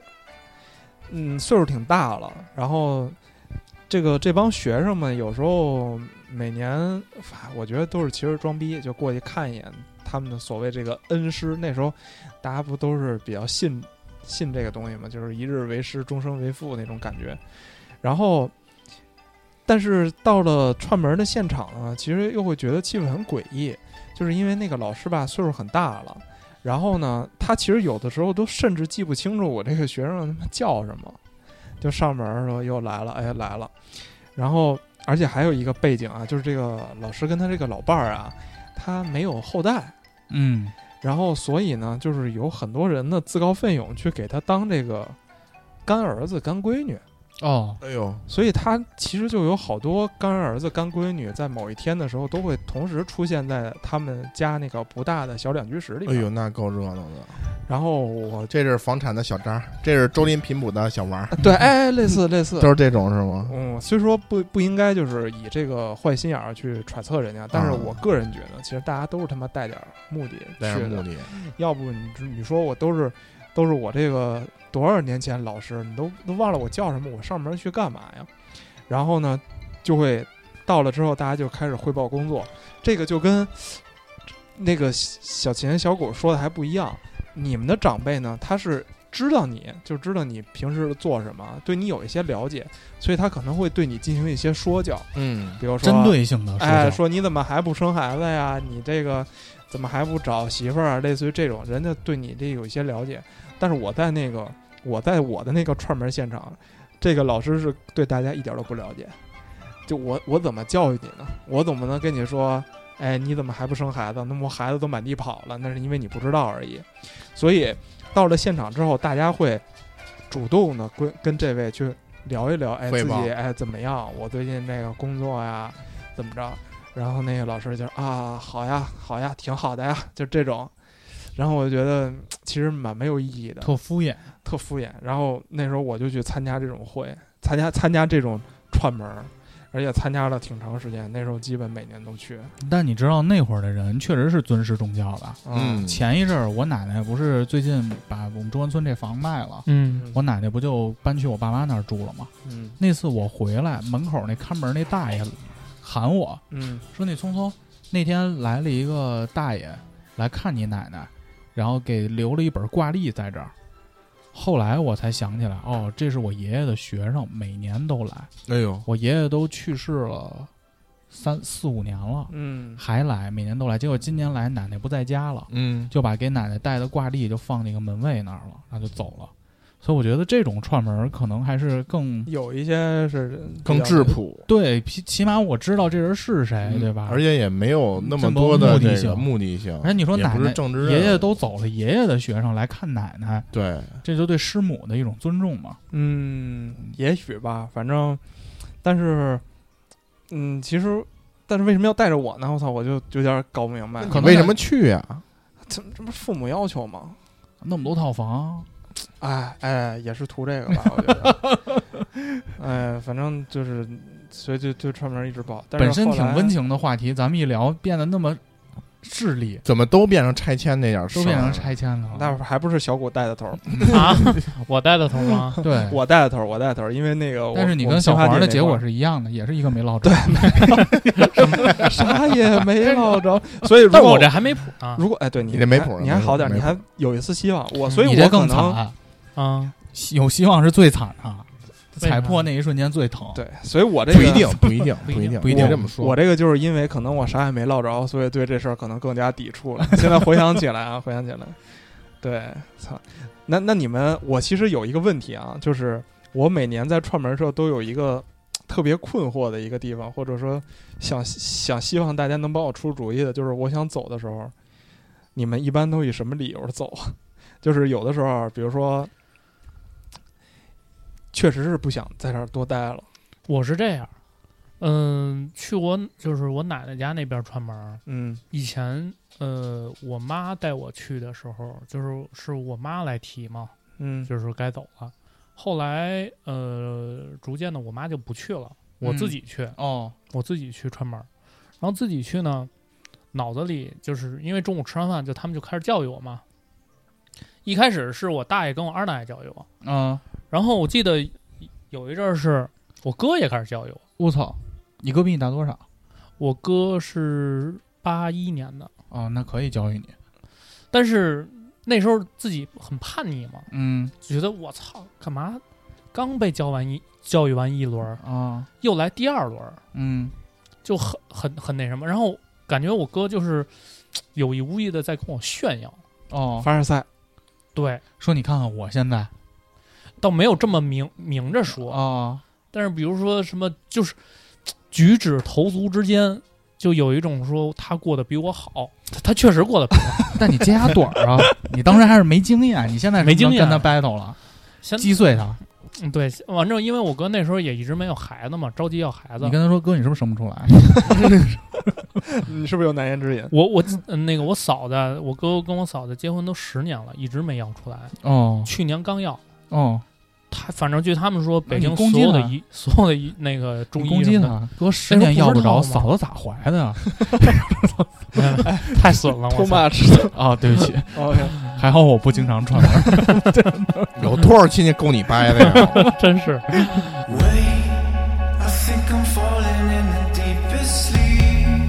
嗯，岁数挺大了，然后这个这帮学生们有时候每年，哎我觉得都是其实装逼，就过去看一眼他们的所谓这个恩师。那时候大家不都是比较信信这个东西嘛，就是一日为师，终生为父那种感觉。然后，但是到了串门的现场呢，其实又会觉得气氛很诡异，就是因为那个老师吧岁数很大了，然后呢，他其实有的时候都甚至记不清楚我这个学生他妈叫什么，就上门儿说又来了，哎来了，然后而且还有一个背景啊，就是这个老师跟他这个老伴儿啊，他没有后代。
嗯，
然后所以呢，就是有很多人呢自告奋勇去给他当这个干儿子、干闺女，
哦，
哎呦，
所以他其实就有好多干儿子、干闺女，在某一天的时候都会同时出现在他们家那个不大的小两居室里
哎
面。
呦，那够热闹的。
然后我
这是房产的小张，这是周林频谱的小王，
对，哎，哎类似类似
都，是这种是吗？
嗯，虽说不不应该就是以这个坏心眼儿去揣测人家，但是我个人觉得，其实大家都是他妈带点儿目的
啊带
去
上目
的，
的，
要不你你说我都是都是我这个多少年前老师，你都都忘了我叫什么，我上门去干嘛呀？然后呢，就会到了之后，大家就开始汇报工作，这个就跟那个小钱小狗说的还不一样。你们的长辈呢，他是知道你就知道你平时做什么，对你有一些了解，所以他可能会对你进行一些说教，
嗯，
比如说
针对性的说
哎，
教，
说你怎么还不生孩子呀？你这个怎么还不找媳妇儿啊？类似于这种，人家对你这有一些了解。但是我在那个我在我的那个串门现场，这个老师是对大家一点都不了解。就我我怎么教育你呢？我怎么能跟你说？哎，你怎么还不生孩子？那么孩子都满地跑了，那是因为你不知道而已。所以到了现场之后，大家会主动的跟跟这位去聊一聊，哎，
汇
自
报
己哎怎么样？我最近这个工作呀，怎么着？然后那个老师就啊，好呀，好呀，挺好的呀，就这种。然后我就觉得其实蛮没有意义的，
特敷衍。
特敷衍。然后那时候我就去参加这种会，参加参加这种串门儿，而且参加了挺长时间。那时候基本每年都去。
但你知道那会儿的人确实是尊师重教的。
嗯，
前一阵儿我奶奶不是最近把我们中关村这房卖了，
嗯
我奶奶不就搬去我爸妈那儿住了吗？
嗯
那次我回来，门口那看门那大爷喊我
嗯
说：“那聪聪，那天来了一个大爷来看你奶奶，然后给留了一本挂历在这儿。”后来我才想起来，哦，这是我爷爷的学生，每年都来。
哎呦，
我爷爷都去世了三四五年了，
嗯
还来，每年都来。结果今年来，奶奶不在家了，
嗯，
就把给奶奶带的挂历就放那个门卫那儿了，然后就走了。所以我觉得这种串门儿可能还是更
有一些是
更质朴，
对，起起码我知道这人是谁，哎对吧？
嗯
嗯
而且也没有那么多
这么多
的
目的
这
性
个目的性，
哎，你说
也
奶
不是
奶、
政治任务
爷爷都走了，爷爷的学生来看奶奶，
对，
这就对师母的一种尊重嘛。
嗯，也许吧，反正，但是，嗯，其实，但是为什么要带着我呢？我操，我就有点搞不明白。
可能
为什么去呀？
这这不是父母要求吗？
那么多套房，
哎哎，也是图这个吧，我觉得。哎，反正就是，所以就就串门一直报，但是
本身
后来
挺温。情的话题，咱们一聊变得那么势利，
怎么都变成拆迁那点事儿
都
了？
变成拆迁了。啊
那还不是啊小谷带的头儿，
啊，我带的头吗？
对，
我带的头儿，我带的头儿，因为那个我，
但是你
我们
跟小
新发
黄
地
的
那
结
块
果
儿
是一样的，也是一个没落着。
啥也没落着，所以如
但
果
我这还没谱
啊
呢
如果哎，对你
你这没谱儿
你还好点儿，
没
你
谱儿
还有一丝希望。我所
嗯
以
你
我
这
可
更
能
惨，
啊，
希有希望是最惨的，
为
踩
啥
破那一瞬间最疼。
对，所以我这个
不一定， 不一定，
不一
一
定
定，
哎不一定
别这么说。
我这个就是因为可能我啥也没落着，所以对这事儿可能更加抵触了。现在回想起来啊，回想起来，对，操，那那你们，我其实有一个问题啊，就是我每年在串门的时候都有一个特别困惑的一个地方，或者说想想希望大家能帮我出主意的，就是我想走的时候，你们一般都以什么理由走啊？ 就是有的时候，啊比如说，确实是不想在这儿多待了，
我是这样，嗯，去我就是我奶奶家那边串门儿，
嗯
以前呃，我妈带我去的时候，就是是我妈来提嘛，
嗯
就是说该走了。后来呃，逐渐的我妈就不去了，我自己去，
哦，
我自己去串门儿，然后自己去呢，脑子里就是因为中午吃完饭就他们就开始教育我嘛。一开始是我大爷跟我二大爷教育我，
嗯，
然后我记得有一阵儿是我哥也开始教育我，
我操，你哥比你大多少？
我哥是八一年的，
哦，那可以教育你。
但是那时候自己很叛逆嘛，
嗯
就觉得我操，干嘛刚被教完一教育完一轮儿，
啊，
又来第二轮儿，
嗯，
就很很很那什么。然后感觉我哥就是嘖有意无意的在跟我炫耀，
哦，
凡尔赛。
对，
说你看看我现在
倒没有这么明明着说，
啊，
但是比如说什么就是嘖举止投足之间。就有一种说他过得比我好，他他确实过得比我好。
但你接 他短儿啊，你当时还是没经验，你现在是
没经
能
验
跟他 battle 了，
现
击碎他。
嗯对，反正因为我哥那时候也一直没有孩子嘛，着急要孩子
你。跟他说哥，你是不是生不出 来？
你是不是有难言之隐？
我我、呃那个我嫂子，我哥跟我嫂子结婚都十年了，一直没要出来，
哦
去年刚要。
哦，
他反正据他们说，
那
北
你
京所
攻击
有的
他
医所有的医那个中
你
医
攻击
什么的，
他，哥十
那时
年
候不
要哎不
知
着，
道吗
嫂子咋怀的啊呀？
太损了，我
Too
操！
much
啊，对不起，
OK，
还好我不经常串门儿。
有多少亲戚够你掰的 呀？
真是
Wait, I think I'm falling in the deepest sleep.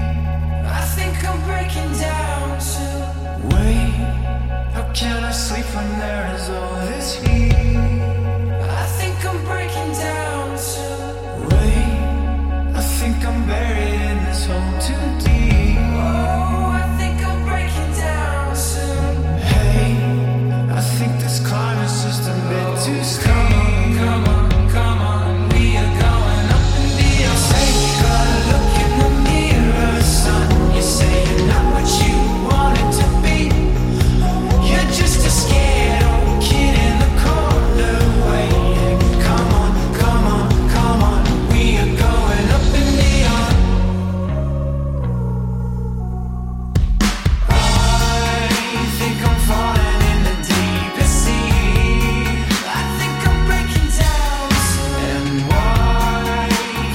I think I'm breaking down too. Wait, how can I sleep when there is all this heat? I think I'm breaking down too. Wait, I think I'm buried in this hole too deep. Oh, I think I'm breaking down soon. Hey, I think this climb is just a bit too steep. Come on, come on, we are going up in the ocean. You gotta look in the mirror, son. You say you're not what you wanted to be. You're just a scared old kid in the corner waiting. Come on, come on, come on, we are going up in the ocean. I think I'm falling in the deepest sea. I think I'm breaking down And why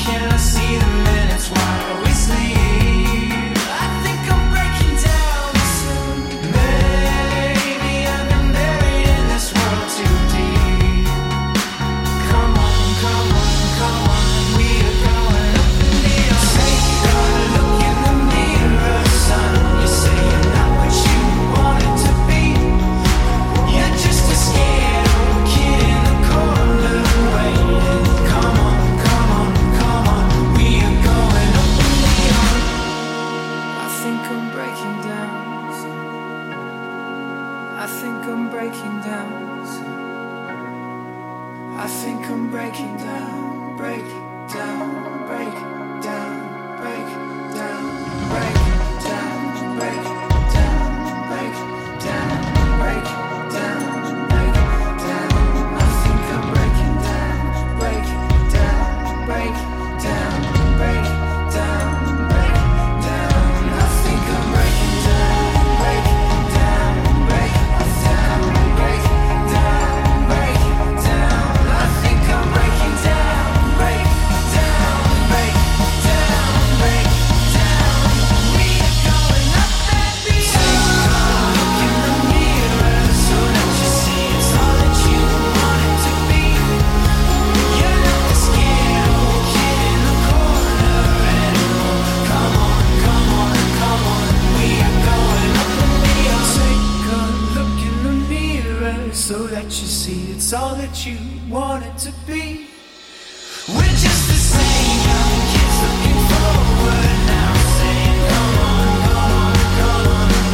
can't I see the minutes while we sleep? I think I'm breaking down Maybe I've been buried in this world too deep. Come on, come on, come on, we are going up in the ocean. Gotta look in the mirror, son. You say you're not what you wanted to be. You're just a scared old kid in the corner waiting. Come on, come on, come on, we are going up in the ocean. I think I'm breaking down. son. I think I'm breaking down. son. I think I'm breaking down, break down, break down, break down, break down, break down, break down, break down, break down. I think I'm breaking down, break down, break down, break down, break down. I think I'm breaking down, break down, break down, break down, break down. I think I'm breaking down, break down, break down, break down. We are going up that beat. Look in the mirror so that you see it's all that you want it to be. You're not the scared old kid in the corner anymore. Come on, come on, come on.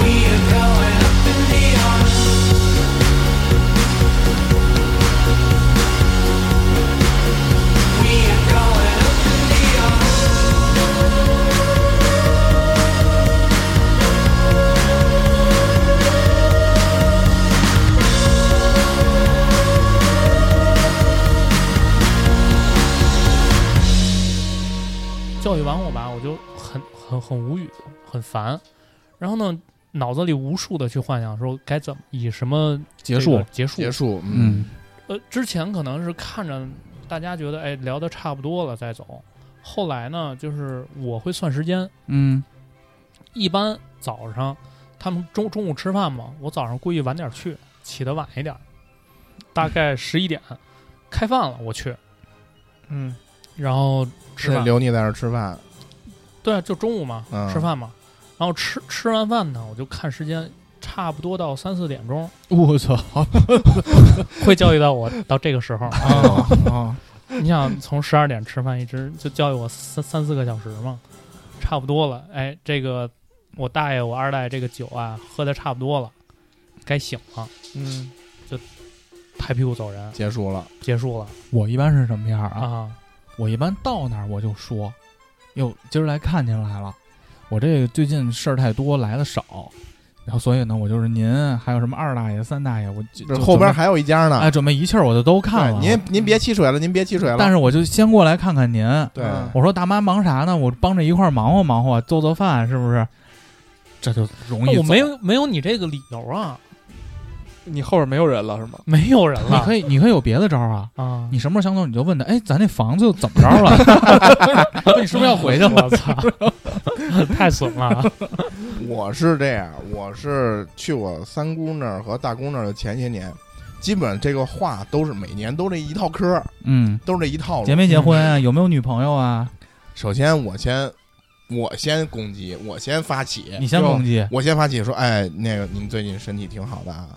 We are going up in the ocean. Good look in the mirror so that you see it's all that you want it to be. We're just the same young kids looking forward now, saying, Come on, come on, come on. We are going up in the ocean. We are going up in the ocean.
教育完我吧，我就很很很无语，很烦。然后呢，脑子里无数的去幻想说该怎么以什么
结
这个
束，
结束
结束，嗯，
嗯，
呃，之前可能是看着大家觉得哎聊得差不多了再走，后来呢，就是我会算时间，
嗯，
一般早上他们中中午吃饭嘛，我早上故意晚点去，起得晚一点，大概十一点开饭了我去，
嗯，
然后吃
那
饭，
留你在那儿吃饭，
对啊，就中午嘛，
嗯
吃饭嘛，然后吃吃完饭呢，我就看时间。差不多到三四点钟
我 操，
会教育到我到这个时 候，
啊啊，
你想从十二点吃饭一直就教育我三三四个小时嘛，差不多了。哎，这个我大爷我二大爷这个酒啊，喝的差不多了，该醒了，
嗯，
拍屁股走 人，
结束了，
结束了
我一般是什么样啊？
啊。
我一般到那儿我就说，哟，今儿来看您来了，我这最近事儿太多，来的少，然后所以呢，我就是您，还有什么二大爷、三大爷，我就
这
就
后边
准备
还有一家呢。
哎准备一气儿我就都看
对
了。
您您别汽水了，您别汽水了。
但是我就先过来看看您。
对，
嗯
我说大妈忙啥呢？我帮着一块儿忙活忙活，做做饭，是不是？这就容易。
那我没，有没有你这个理由 啊，
你后边没有人了是吗？
没有人
你
了
可以你可以有别的招儿啊。
啊，
嗯
你什 么时候想走你就问他，哎，咱那房子怎么着了？你是不是要回去了？
我操， 太损 了！
我是这样，我是去我三姑那儿和大姑那儿的前些年，基本这个话都是每年都这一套嗑儿，
嗯，
都是这一套路。
结没结婚啊？
嗯
有没有女朋友啊？
首先我先我先攻击，我先发起，
你先攻击，
我先发起说，哎，那个您最近身体挺好的啊，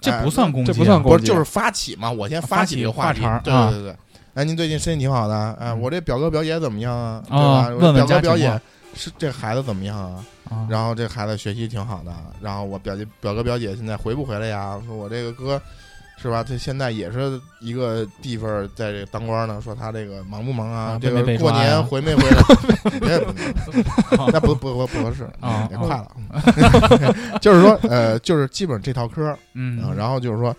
这不算攻击，啊
这不算
哎不
攻
是
击，
就是发起嘛，我先
发
起
起
这个话题
话茬儿，
对
啊
对对对。哎，您最近身体挺好的，哎，
嗯
我这表哥表姐怎么样啊？对
啊
吧？我
问问
表哥
家
表
情
姐
况
是这孩子怎么样啊？
啊。
然后这孩子学习挺好的，然后我表姐表哥表姐现在回不回来呀？说我这个哥，是吧？他现在也是一个地方儿在这个当官呢，说他这个忙不忙啊？
啊
这
被没
个
被
过
抓呀哦
年回没 回来？哎那不不不不合适
啊
也快了。 就是说，呃，就是基本这套嗑儿，嗯
嗯，
然后就是说，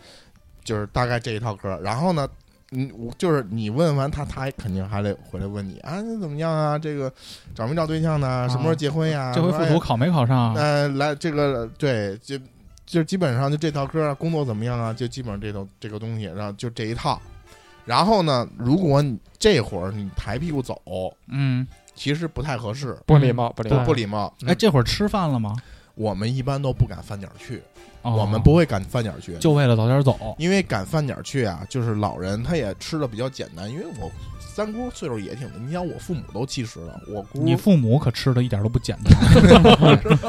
就是大概这一套嗑儿，然后呢。嗯，我就是你问完他，他肯定还得回来问你啊，你怎么样啊？这个找没找对象呢？什么时候结婚呀？
哦这回
说
复
哎
读考没考上啊？
呃，来这个对，就就基本上就这套歌啊，工作怎么样啊，就基本上这种这个东西，然后就这一套。然后呢，如果你这会儿你抬屁股走，
嗯，
其实不太合适，
不礼貌，不礼
不
貌。
不礼貌。
哎，这会儿吃饭了吗？
我们一般都不敢翻点儿去，
哦
我们不会敢翻点儿去，
就为了早点走。
因为敢翻点儿去啊，就是老人他也吃的比较简单，因为我三姑岁数也挺大，你想我父母都七十了，我姑
你父母可吃的一点都不简单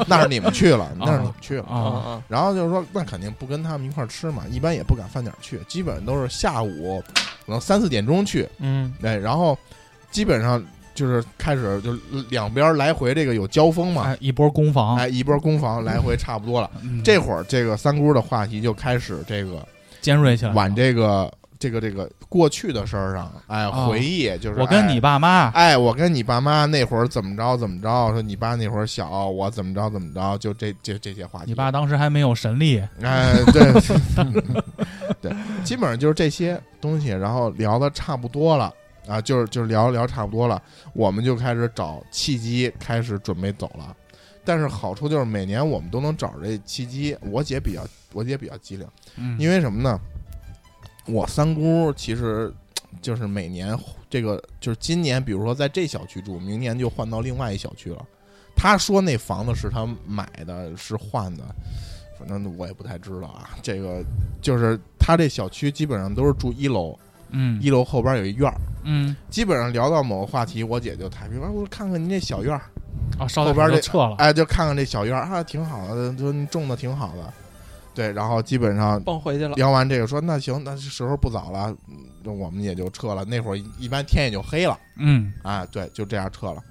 那是你们去了，那是你们去了。
啊
啊！
啊！
然后就是说，那肯定不跟他们一块儿吃嘛，一般也不敢饭点儿去，基本都是下午可能三四点钟去，
嗯，
哎，然后基本上就是开始就两边来回这个有交锋嘛，
哎，一波攻防，
哎，一波攻防来回差不多了。
嗯
这会儿这个三姑的话题就开始这个
尖锐起来了。
往这个这个这个过去的事儿上，哎，
哦
回忆就是
我跟你。爸妈
哎，哎我跟你爸妈那会儿怎么着怎么着，说你爸那会儿小，我怎么着怎么着，就这这这些话题。
你爸当时还没有神力，
哎，对， 对，基本上就是这些东西，然后聊的差不多了啊，就是就是聊聊差不多了，我们就开始找契机，开始准备走了。但是好处就是每年我们都能找着这契机。我姐比较，我姐比较机灵，
嗯
因为什么呢？我三姑其实就是每年这个，就是今年，比如说在这小区住，明年就换到另外一小区了。她说那房子是她买的，是换的，反正我也不太知道啊。这个就是她这小区基本上都是住一楼，
嗯
一楼后边有一院儿。
嗯
基本上聊到某个话题，我姐就抬屁股，哎我说看看您这小院哦儿，
啊，烧
后边
边就
这
撤了。
哎，就看看这小院儿啊，挺好的，说你种的挺好的，对，然后基本上
蹦回去了，
聊完这个说那行，那时候不早了，嗯我们也就撤了。那会儿一般天也就黑了，
嗯
啊，对，就这样撤了。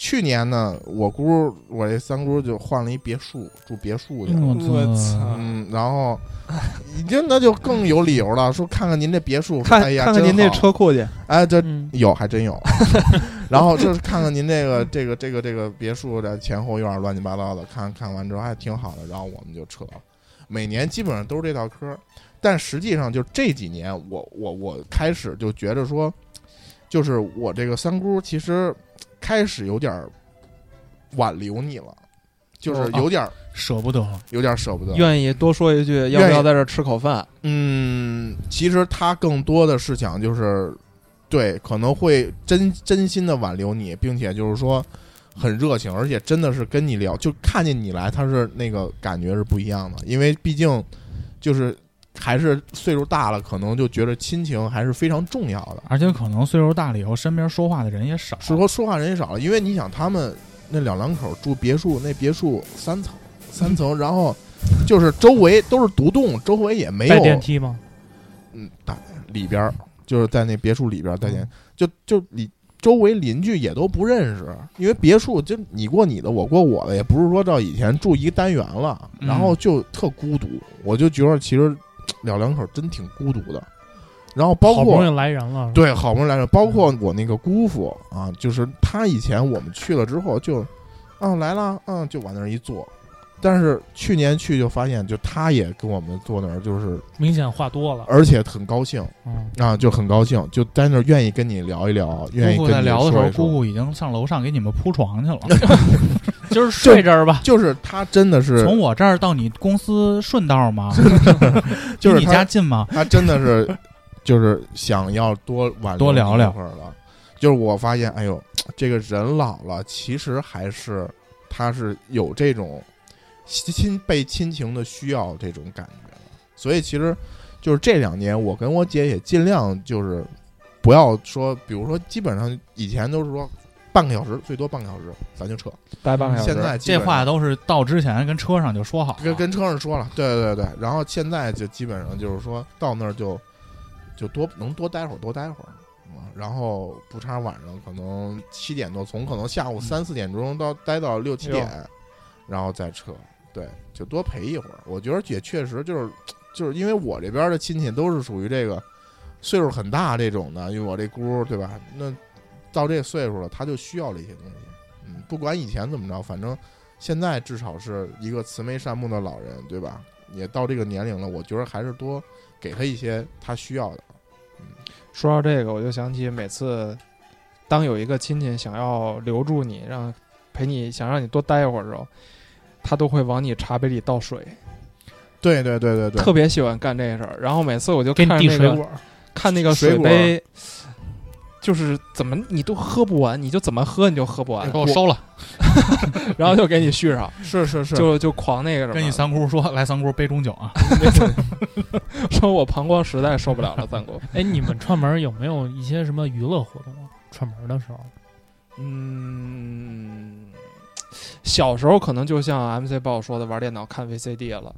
去年呢，我姑我这三姑就换了一别墅，住别墅
嗯
去了。
我
我
操
操
嗯，然后已经那就更有理由了，说看看您这别墅，说
看
哎呀，
看看
真
您这
好，
车库去，
哎，这
嗯
有还真有。 然后就是看看您这个这个这个这个别墅的前后院儿乱七八糟的，看看完之后还挺好的，然后我们就撤了。每年基本上都是这套嗑儿，但实际上就这几年，我我我开始就觉着说，就是我这个三姑其实开始有点儿挽留你了，就是有点儿
舍不得。
有点儿舍不得。
愿意多说一句，要不要在这儿吃口饭？
嗯，其实他更多的是想就是，对，可能会真真心的挽留你，并且就是说很热情，而且真的是跟你聊，就看见你来，他是那个感觉是不一样的，因为毕竟就是还是岁数大了，可能就觉得亲情还是非常重要的。
而且可能岁数大了以后，身边说话的人也少。
是说说话人也少了，因为你想他们那两两口住别墅，那别墅三层，三层，然后就是周围都是独栋，周围也没
带
有
电梯吗？
嗯，大里边儿就是在那别墅里边儿，在那就就里周围邻居也都不认识，因为别墅就你过你的，我过我的，也不是说到以前住一个单元了，
嗯
然后就特孤独，我就觉得其实老两口真挺孤独的，然后包
好不
括
容易来人了，
对，好不容易来了，包括我那个姑父啊啊，就是他以前我们去了之后就，嗯、来了，嗯，就往那儿一坐，但是去年去就发现，就他也跟我们坐那儿，就是
明显话多了。
而且很高兴
嗯，
啊，就很高兴，就在那儿愿意跟你聊一聊，愿意
姑
跟
姑在
你
聊的时
说
候，
一说
姑姑已经上楼上给你们铺床去了。
就是睡这儿吧，
就是他真的 是，
从我这儿到你公司顺道吗？
就是
离你
他
家近吗？
他真的是就是想要多挽留
多聊聊
一会儿了。就是我发现，哎呦，这个人老了，其实还是他是有这种亲被亲情的需要这种感觉的。所以其实就是这两年，我跟我姐也尽量就是不要说，比如说，基本上以前都是说半个小时，最多半个小时，咱就撤。
待半个小时。
现在基
这
本上
话都是到之前跟车上就说好了
跟跟车上说了，对对对对，然后现在就基本上就是说到那儿就就多能多待会儿多待会儿，嗯，然后不差晚上可能七点多，从可能下午三四点钟到待到嗯六七点，然后再撤，对，就多陪一会儿。我觉得也确实就是就是因为我这边的亲戚都是属于这个岁数很大这种的，因为我这姑对吧？那到这岁数了，他就需要这些东西，嗯，不管以前怎么着，反正。现在至少是一个慈眉善目的老人，对吧？也到这个年龄了，我觉得还是多给他一些他需要的。
说到这个，我就想起每次当有一个亲戚想要留住你，让陪你想让你多待一会儿的时候，他都会往你茶杯里倒水，
对对对对对，
特别喜欢干这事儿。然后每次我就
给
看着
你递
那
水
个
果儿，
看那个
水
水
果
杯，就是怎么你都喝不完，你就怎么喝你就喝不
哎
完，
给我收了。
然后就给你续 上，
是是是
就就狂那个什么。
跟你三姑说，来三姑杯中酒啊，
说我膀胱实在受不了了，三姑。
哎，你们串门儿有没有一些什么娱乐活动啊？串门儿的时候，
嗯，小时候可能就像 MC 报说的，玩电脑看 VCD 了，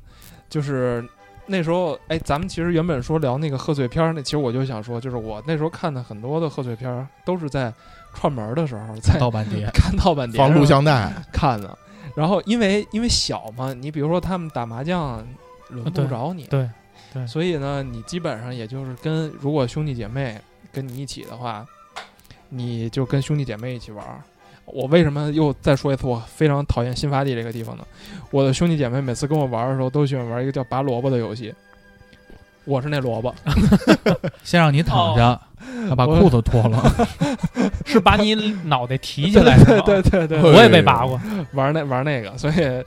就是那时候，哎，咱们其实原本说聊那个贺岁片儿，那其实我就想说，就是我那时候看的很多的贺岁片儿都是在串门儿的时候在
倒半碟。
看盗版碟
放
上
录像带，
看的。然后因为因为小嘛，你比如说他们打麻将轮不
啊对
着你，
对对
所以呢，你基本上也就是跟如果兄弟姐妹跟你一起的话，你就跟兄弟姐妹一起玩儿。我为什么又再说一次，我非常讨厌新发地这个地方呢？我的兄弟姐妹每次跟我玩儿的时候，都喜欢玩一个叫拔萝卜的游戏。我是那萝卜，
先让你
哦
躺下，把
我
裤子脱了，
是把你脑袋提起来是 吗？
对对对对，
我也被拔过。
玩那玩那个，所以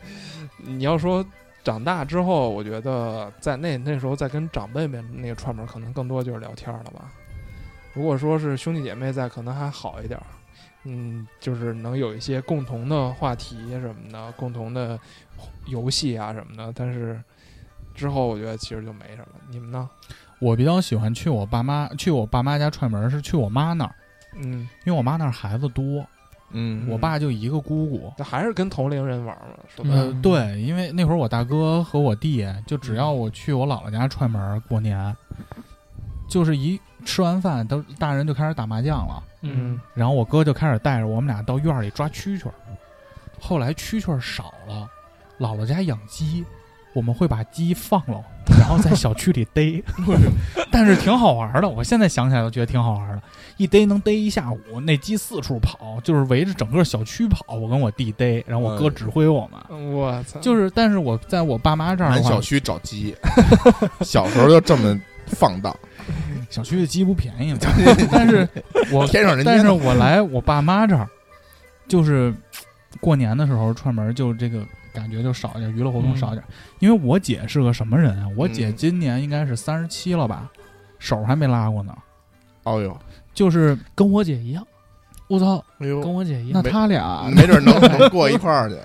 你要说长大之后，我觉得在那那时候在跟长辈们那个串门，可能更多就是聊天了吧。如果说是兄弟姐妹在，可能还好一点儿，嗯，就是能有一些共同的话题什么的，共同的游戏啊什么的。但是之后我觉得其实就没什么。你们呢？
我比较喜欢去我爸妈去我爸妈家串门，是去我妈那儿，
嗯，
因为我妈那儿孩子多，
嗯
我爸就一个姑姑。
那还是跟同龄人玩嘛，说白了
呃
嗯，
对，因为那会儿我大哥和我弟，就只要我去我姥姥家串门儿过年，就是一吃完饭，都大人就开始打麻将了。
嗯，
然后我哥就开始带着我们俩到院儿里抓蛐蛐儿。后来蛐蛐儿少了，姥姥家养鸡，我们会把鸡放了，然后在小区里 逮，但是挺好玩儿的。我现在想起来都觉得挺好玩儿的，一逮能逮一下午，那鸡四处跑，就是围着整个小区跑。我跟我弟逮，然后我哥指挥我们。
我操，
嗯就是，但是我在我爸妈这儿
满
的话，
嗯小区找鸡， 小时候就这么放荡，
小区的鸡不便 宜嘛。但是我
天上人
哦但
间
是
的。
我来我爸妈这儿，就是过年的时候串门，就这个感觉就少一点，娱乐活动少一点。因为我姐是个什么人啊？我姐
嗯
今年应该是三十七了吧，手还没拉过呢。
哦呦，
就是
跟我姐一样，
我操，
哎
跟
呦，
我姐一
那
样，
他俩，
啊没准能能过一块 儿去。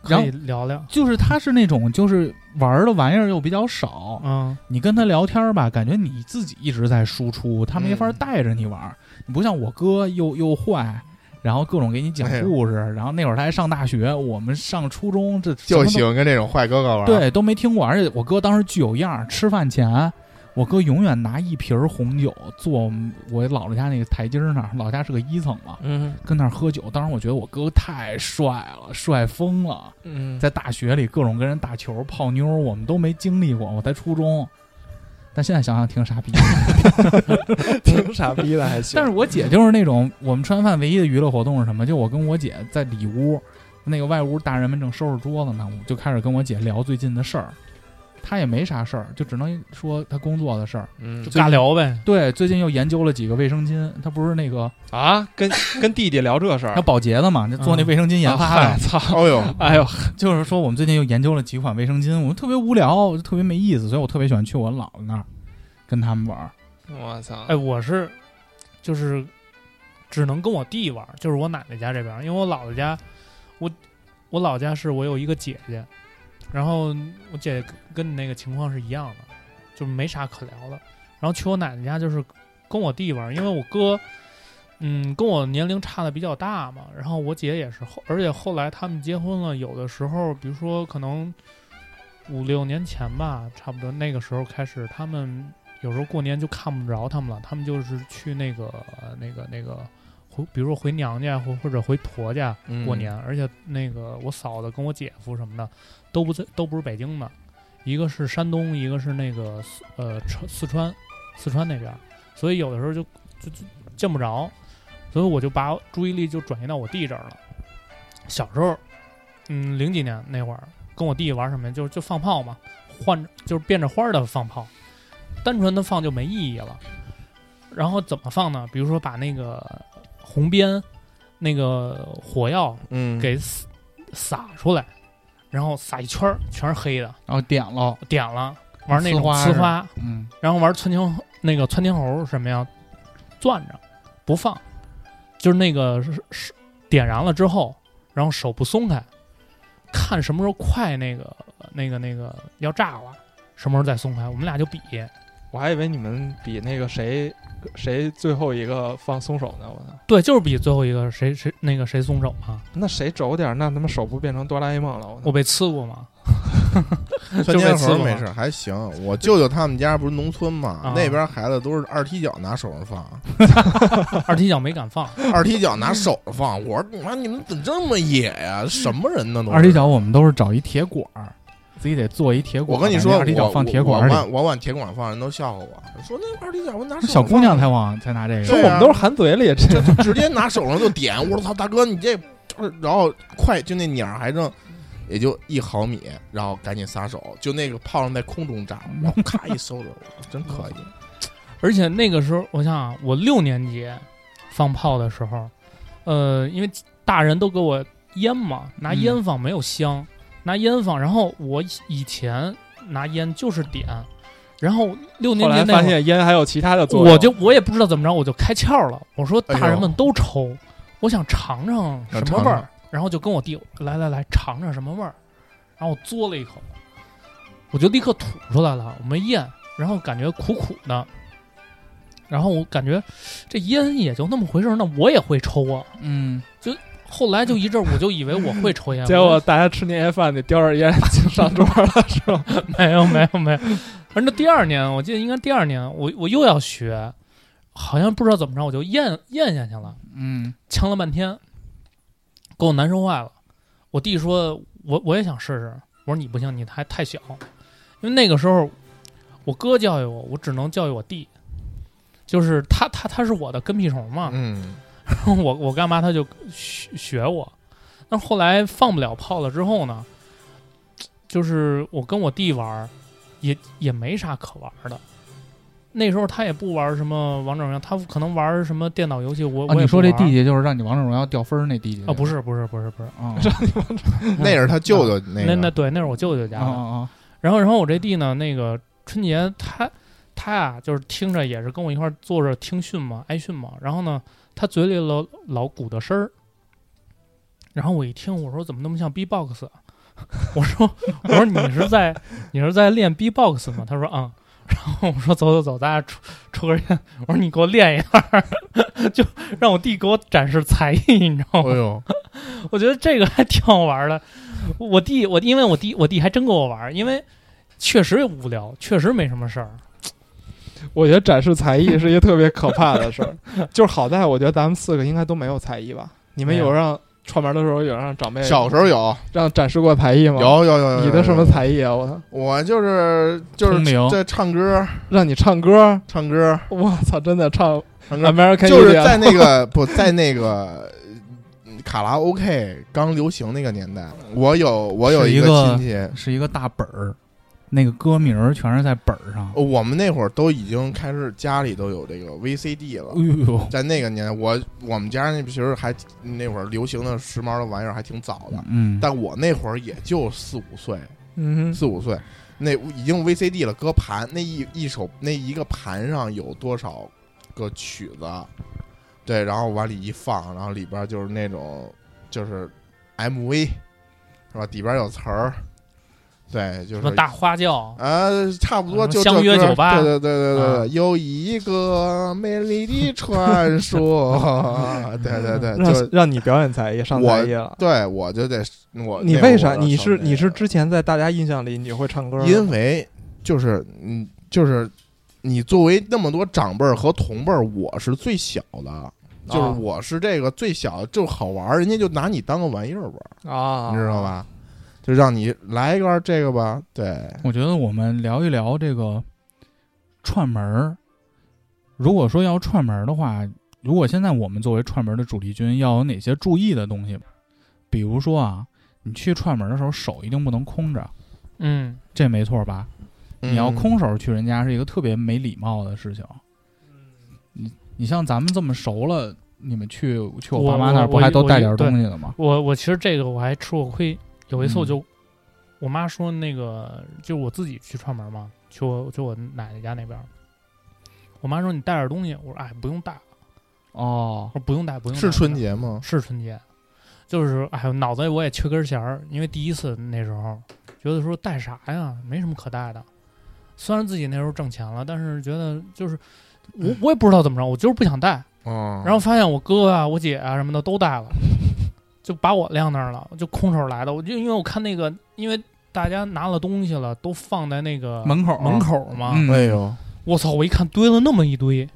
可
然
以
后
聊聊。
就是他是那种就是玩的玩意儿又比较少，
嗯，
你跟他聊天吧，感觉你自己一直在输出，他没法
嗯
带着你玩儿。你不像我哥又又坏，然后各种给你讲
哎呦
故事。然后那会儿他还上大学，我们上初中这什么
就
都
喜欢跟这种坏哥哥玩。，
对都没听过。而且我哥当时巨有样儿，吃饭前我哥永远拿一瓶儿红酒坐我们我姥姥家那个台阶儿那儿，老家是个一层嘛，
嗯
跟那儿喝酒。当时我觉得我哥太帅了，帅疯了。
嗯，
在大学里各种跟人打球、泡妞，我们都没经历过。我才初中，但现在想想挺傻逼的。
挺傻逼的还行，
但是我姐就是那种，我们吃完饭唯一的娱乐活动是什么？就我跟我姐在里屋那个外屋大人们正收拾桌子呢，我就开始跟我姐聊最近的事儿。她也没啥事儿，就只能说她工作的事儿。
嗯
就尬聊呗。
对，最近又研究了几个卫生巾，她不是那个
啊， 跟跟弟弟聊这事
她
儿，
保洁的嘛，就做那卫生
啊
巾研发的。
操！
哦呦，
哎呦，
就是说，我们最近又研究了几款卫生巾，我特别无聊，特别没意思，所以我特别喜欢去我姥姥那儿跟他们玩儿。
我操！
哎，我是就是只能跟我弟玩儿，就是我奶奶家这边儿，因为我姥姥家，我我姥家是我有一个姐姐，然后我姐跟跟你那个情况是一样的，就没啥可聊的。然后去我奶奶家就是跟我弟玩儿，因为我哥。嗯，跟我年龄差的比较大嘛，然后我姐也是后，而且后来他们结婚了，有的时候，比如说可能五六年前吧，差不多那个时候开始，他们有时候过年就看不着他们了，他们就是去那个那个那个回，比如说回娘家或或者回婆家
嗯
过年，而且那个我嫂子跟我姐夫什么的都不在，都不是北京的，一个是山东，一个是那个四呃川四川四川那边儿，所以有的时候就就就见不着，所以我就把注意力就转移到我弟这儿了。小时候，嗯，零几年那会儿跟我弟玩什么呀，就是就放炮嘛，换就是变着花儿的放炮。单纯的放就没意义了。然后怎么放呢？比如说把那个红边那个火药
嗯
给撒撒出来，然后撒一圈儿全是黑的，
然后点了，
点了玩那种
呲花
呲
是
花，
嗯，
然后玩窜天猴那个窜天猴什么呀，攥着不放，就是那个是是点燃了之后，然后手不松开，看什么时候快那个那个那个要炸了，什么时候再松开，我们俩就比。
我还以为你们比那个谁谁最后一个放松手呢，我操！
对，就是比最后一个谁谁那个谁松手嘛，
那谁肘点儿，那他妈手不变成哆啦 A 梦了？我操
我被刺过 嘛。
窜
就被
天
刺
猴
过
没事，还行。我舅舅他们家不是农村
啊
嘛，那边孩子都是二踢脚拿手上放，
二踢脚没敢放，
二踢脚拿手上放。我说你妈，你们怎么这么野呀？什么人呢？都是
二踢。脚我们都是找一铁管儿，自己得做一铁管
我
儿。
跟你说，
把那二踢脚
我
放铁管
我
儿
往
里，
我往铁管放，人都笑话我，说那二踢脚我拿手
小姑
上
娘才
放
往才拿这
对
个。
啊
我们都是含嘴里，这
就直接拿手上就点，我说操，大哥你这，然后快就那鸟儿还剩也就一毫米，然后赶紧撒手，就那个炮仗在空中炸，然后咔一收着，我真可以。
而且那个时候，我想想，我六年级放炮的时候，呃，因为大人都给我烟嘛，拿
嗯
烟放没有香，拿烟放，然后我以以前拿烟就是点，然后六
后
年级
来
那会
发
儿
现烟还有其他的作用，哎
我就我也不知道怎么着，我就开窍了。我说大人们都抽，我想尝尝什么
要
味
尝
儿，然后就跟我弟来来来尝尝什么味儿，然后我嘬了一口，我就立刻吐出来了，我没咽，然后感觉苦苦的，然后我感觉这烟也就那么回事儿，那我也会抽啊。
嗯，
后来就一阵儿，我就以为我会抽烟，
结果大家吃年夜饭得叼着烟就上桌 了，是吧？
没有没有没有，反正第二年我记得应该第二年，我我又要学，好像不知道怎么着，我就咽咽下去了。
嗯，
呛了半天，给我难受坏了。我弟说，我我也想试试。我说你不行，你还太小，因为那个时候我哥教育我，我只能教育我弟，就是他他他是我的跟屁虫
啊
嘛，
嗯，
然后 我我干嘛他就学学我。但是后来放不了炮了之后呢，就是我跟我弟玩儿，也也没啥可玩儿的。那时候他也不玩儿什么王者荣耀，他可能玩儿什么电脑游戏。我、
啊，
我也
你
不
说这
玩儿
弟弟就是让你王者荣耀掉分儿那弟弟
嗯
啊，不是不是不是不 是，
啊
那是他舅舅那
那那
个，哦
对，那是我舅舅家
啊
的。
啊！
然后然后我这弟呢，那个春节他他呀、就是听着也是跟我一块儿坐着听训嘛，挨训嘛。然后呢，他嘴里老老鼓的声儿。然后我一听，我说怎么那么像 B-box？啊 我说我说你是在你是在练 B-box 吗？他说啊、嗯。然后我说走走走，咱俩抽抽根烟。我说你给我练一下儿， 就让我弟给我展示才艺，你知道吗？
哎呦，
我觉得这个还挺好玩儿的。我弟，我因为我弟，我弟还真跟我玩儿，因为确实无聊，确实没什么事儿。
我觉得展示才艺是一个特别可怕的事儿，就是好在我觉得咱们四个应该都没有才艺吧？你们
没有
有让串门的时候有让长辈
小时候有
让展示过才艺吗？
有有有有，
你的什么
有？
才艺啊？我操，
我就是就
通
是
灵
在唱歌，
让你唱歌，
唱歌，
我操，真的唱
唱歌，
American
就是
Idiot
在那个不在那个。嗯卡拉 OK 刚流行那个年代，我有我有
是一
个
个
亲戚，
是一个大本儿，那个歌名儿全是在本儿上。
呃我们那会儿都已经开始家里都有这个 VCD 了
哎。呦，
在那个年代，我我们家那其实还那会儿流行的时髦的玩意儿还挺早的，
嗯，
但我那会儿也就四五岁，
嗯哼，
四五岁，那已经 VCD 了，搁盘那一一首那一个盘上有多少个曲子？对，然后往里一放，然后里边就是那种就是 MV 是吧？底边有词儿，对，就
什么
是
大花轿，
啊，差不多就
嗯什么相约
这歌
酒吧
对对对对对
啊
对，有一个美丽的传 说，对对对，就
让让你表演才艺，上
我
才艺了。
对我就得我
你
那会儿
为啥？
我就
你是
上那
你是
个
之前在大家印象里你会唱歌吗？
啊因为就是嗯，就是你作为那么多长辈儿和同辈儿，我是最小的，就是
啊
我是这个最小的，就好玩儿，人家就拿你当个玩意儿玩儿，
啊，
你知道？吧？就让你来一个这个吧，对，
我觉得我们聊一聊这个串门儿。如果说要串门儿的话，如果现在我们作为串门儿的主力军，要有哪些注意的东西？比如说啊，你去串门儿的时候，手一定不能空着，
嗯，
这没错吧？你要
嗯
空手去人家是一个特别没礼貌的事情。你你像咱们这么熟了，你们去去我
我
爸妈那儿
我
不还都
我
带点东西的吗？
我我其实这个我还吃过亏，有一次我
嗯
就，我妈说那个就我自己去串门嘛，去我去我奶奶家那边儿，我妈说你带点东西，我说哎不用带，
哦
我，说不用带不用带，
是春
不用带
节吗？
是春节，就是哎呦脑子里我也缺根弦儿，因为第一次那时候觉得说带啥呀，没什么可带的。虽然自己那时候挣钱了，但是觉得就是
嗯
我我也不知道怎么着，我就是不想带。
嗯，
然后发现我哥啊、我姐啊什么的都带了，就把我晾那儿了，就空手来的。我就因为我看那个，因为大家拿了东西了，都放在那个
门口儿
门口啊嘛。
嗯
哎呦，
我操！我一看堆了那么一堆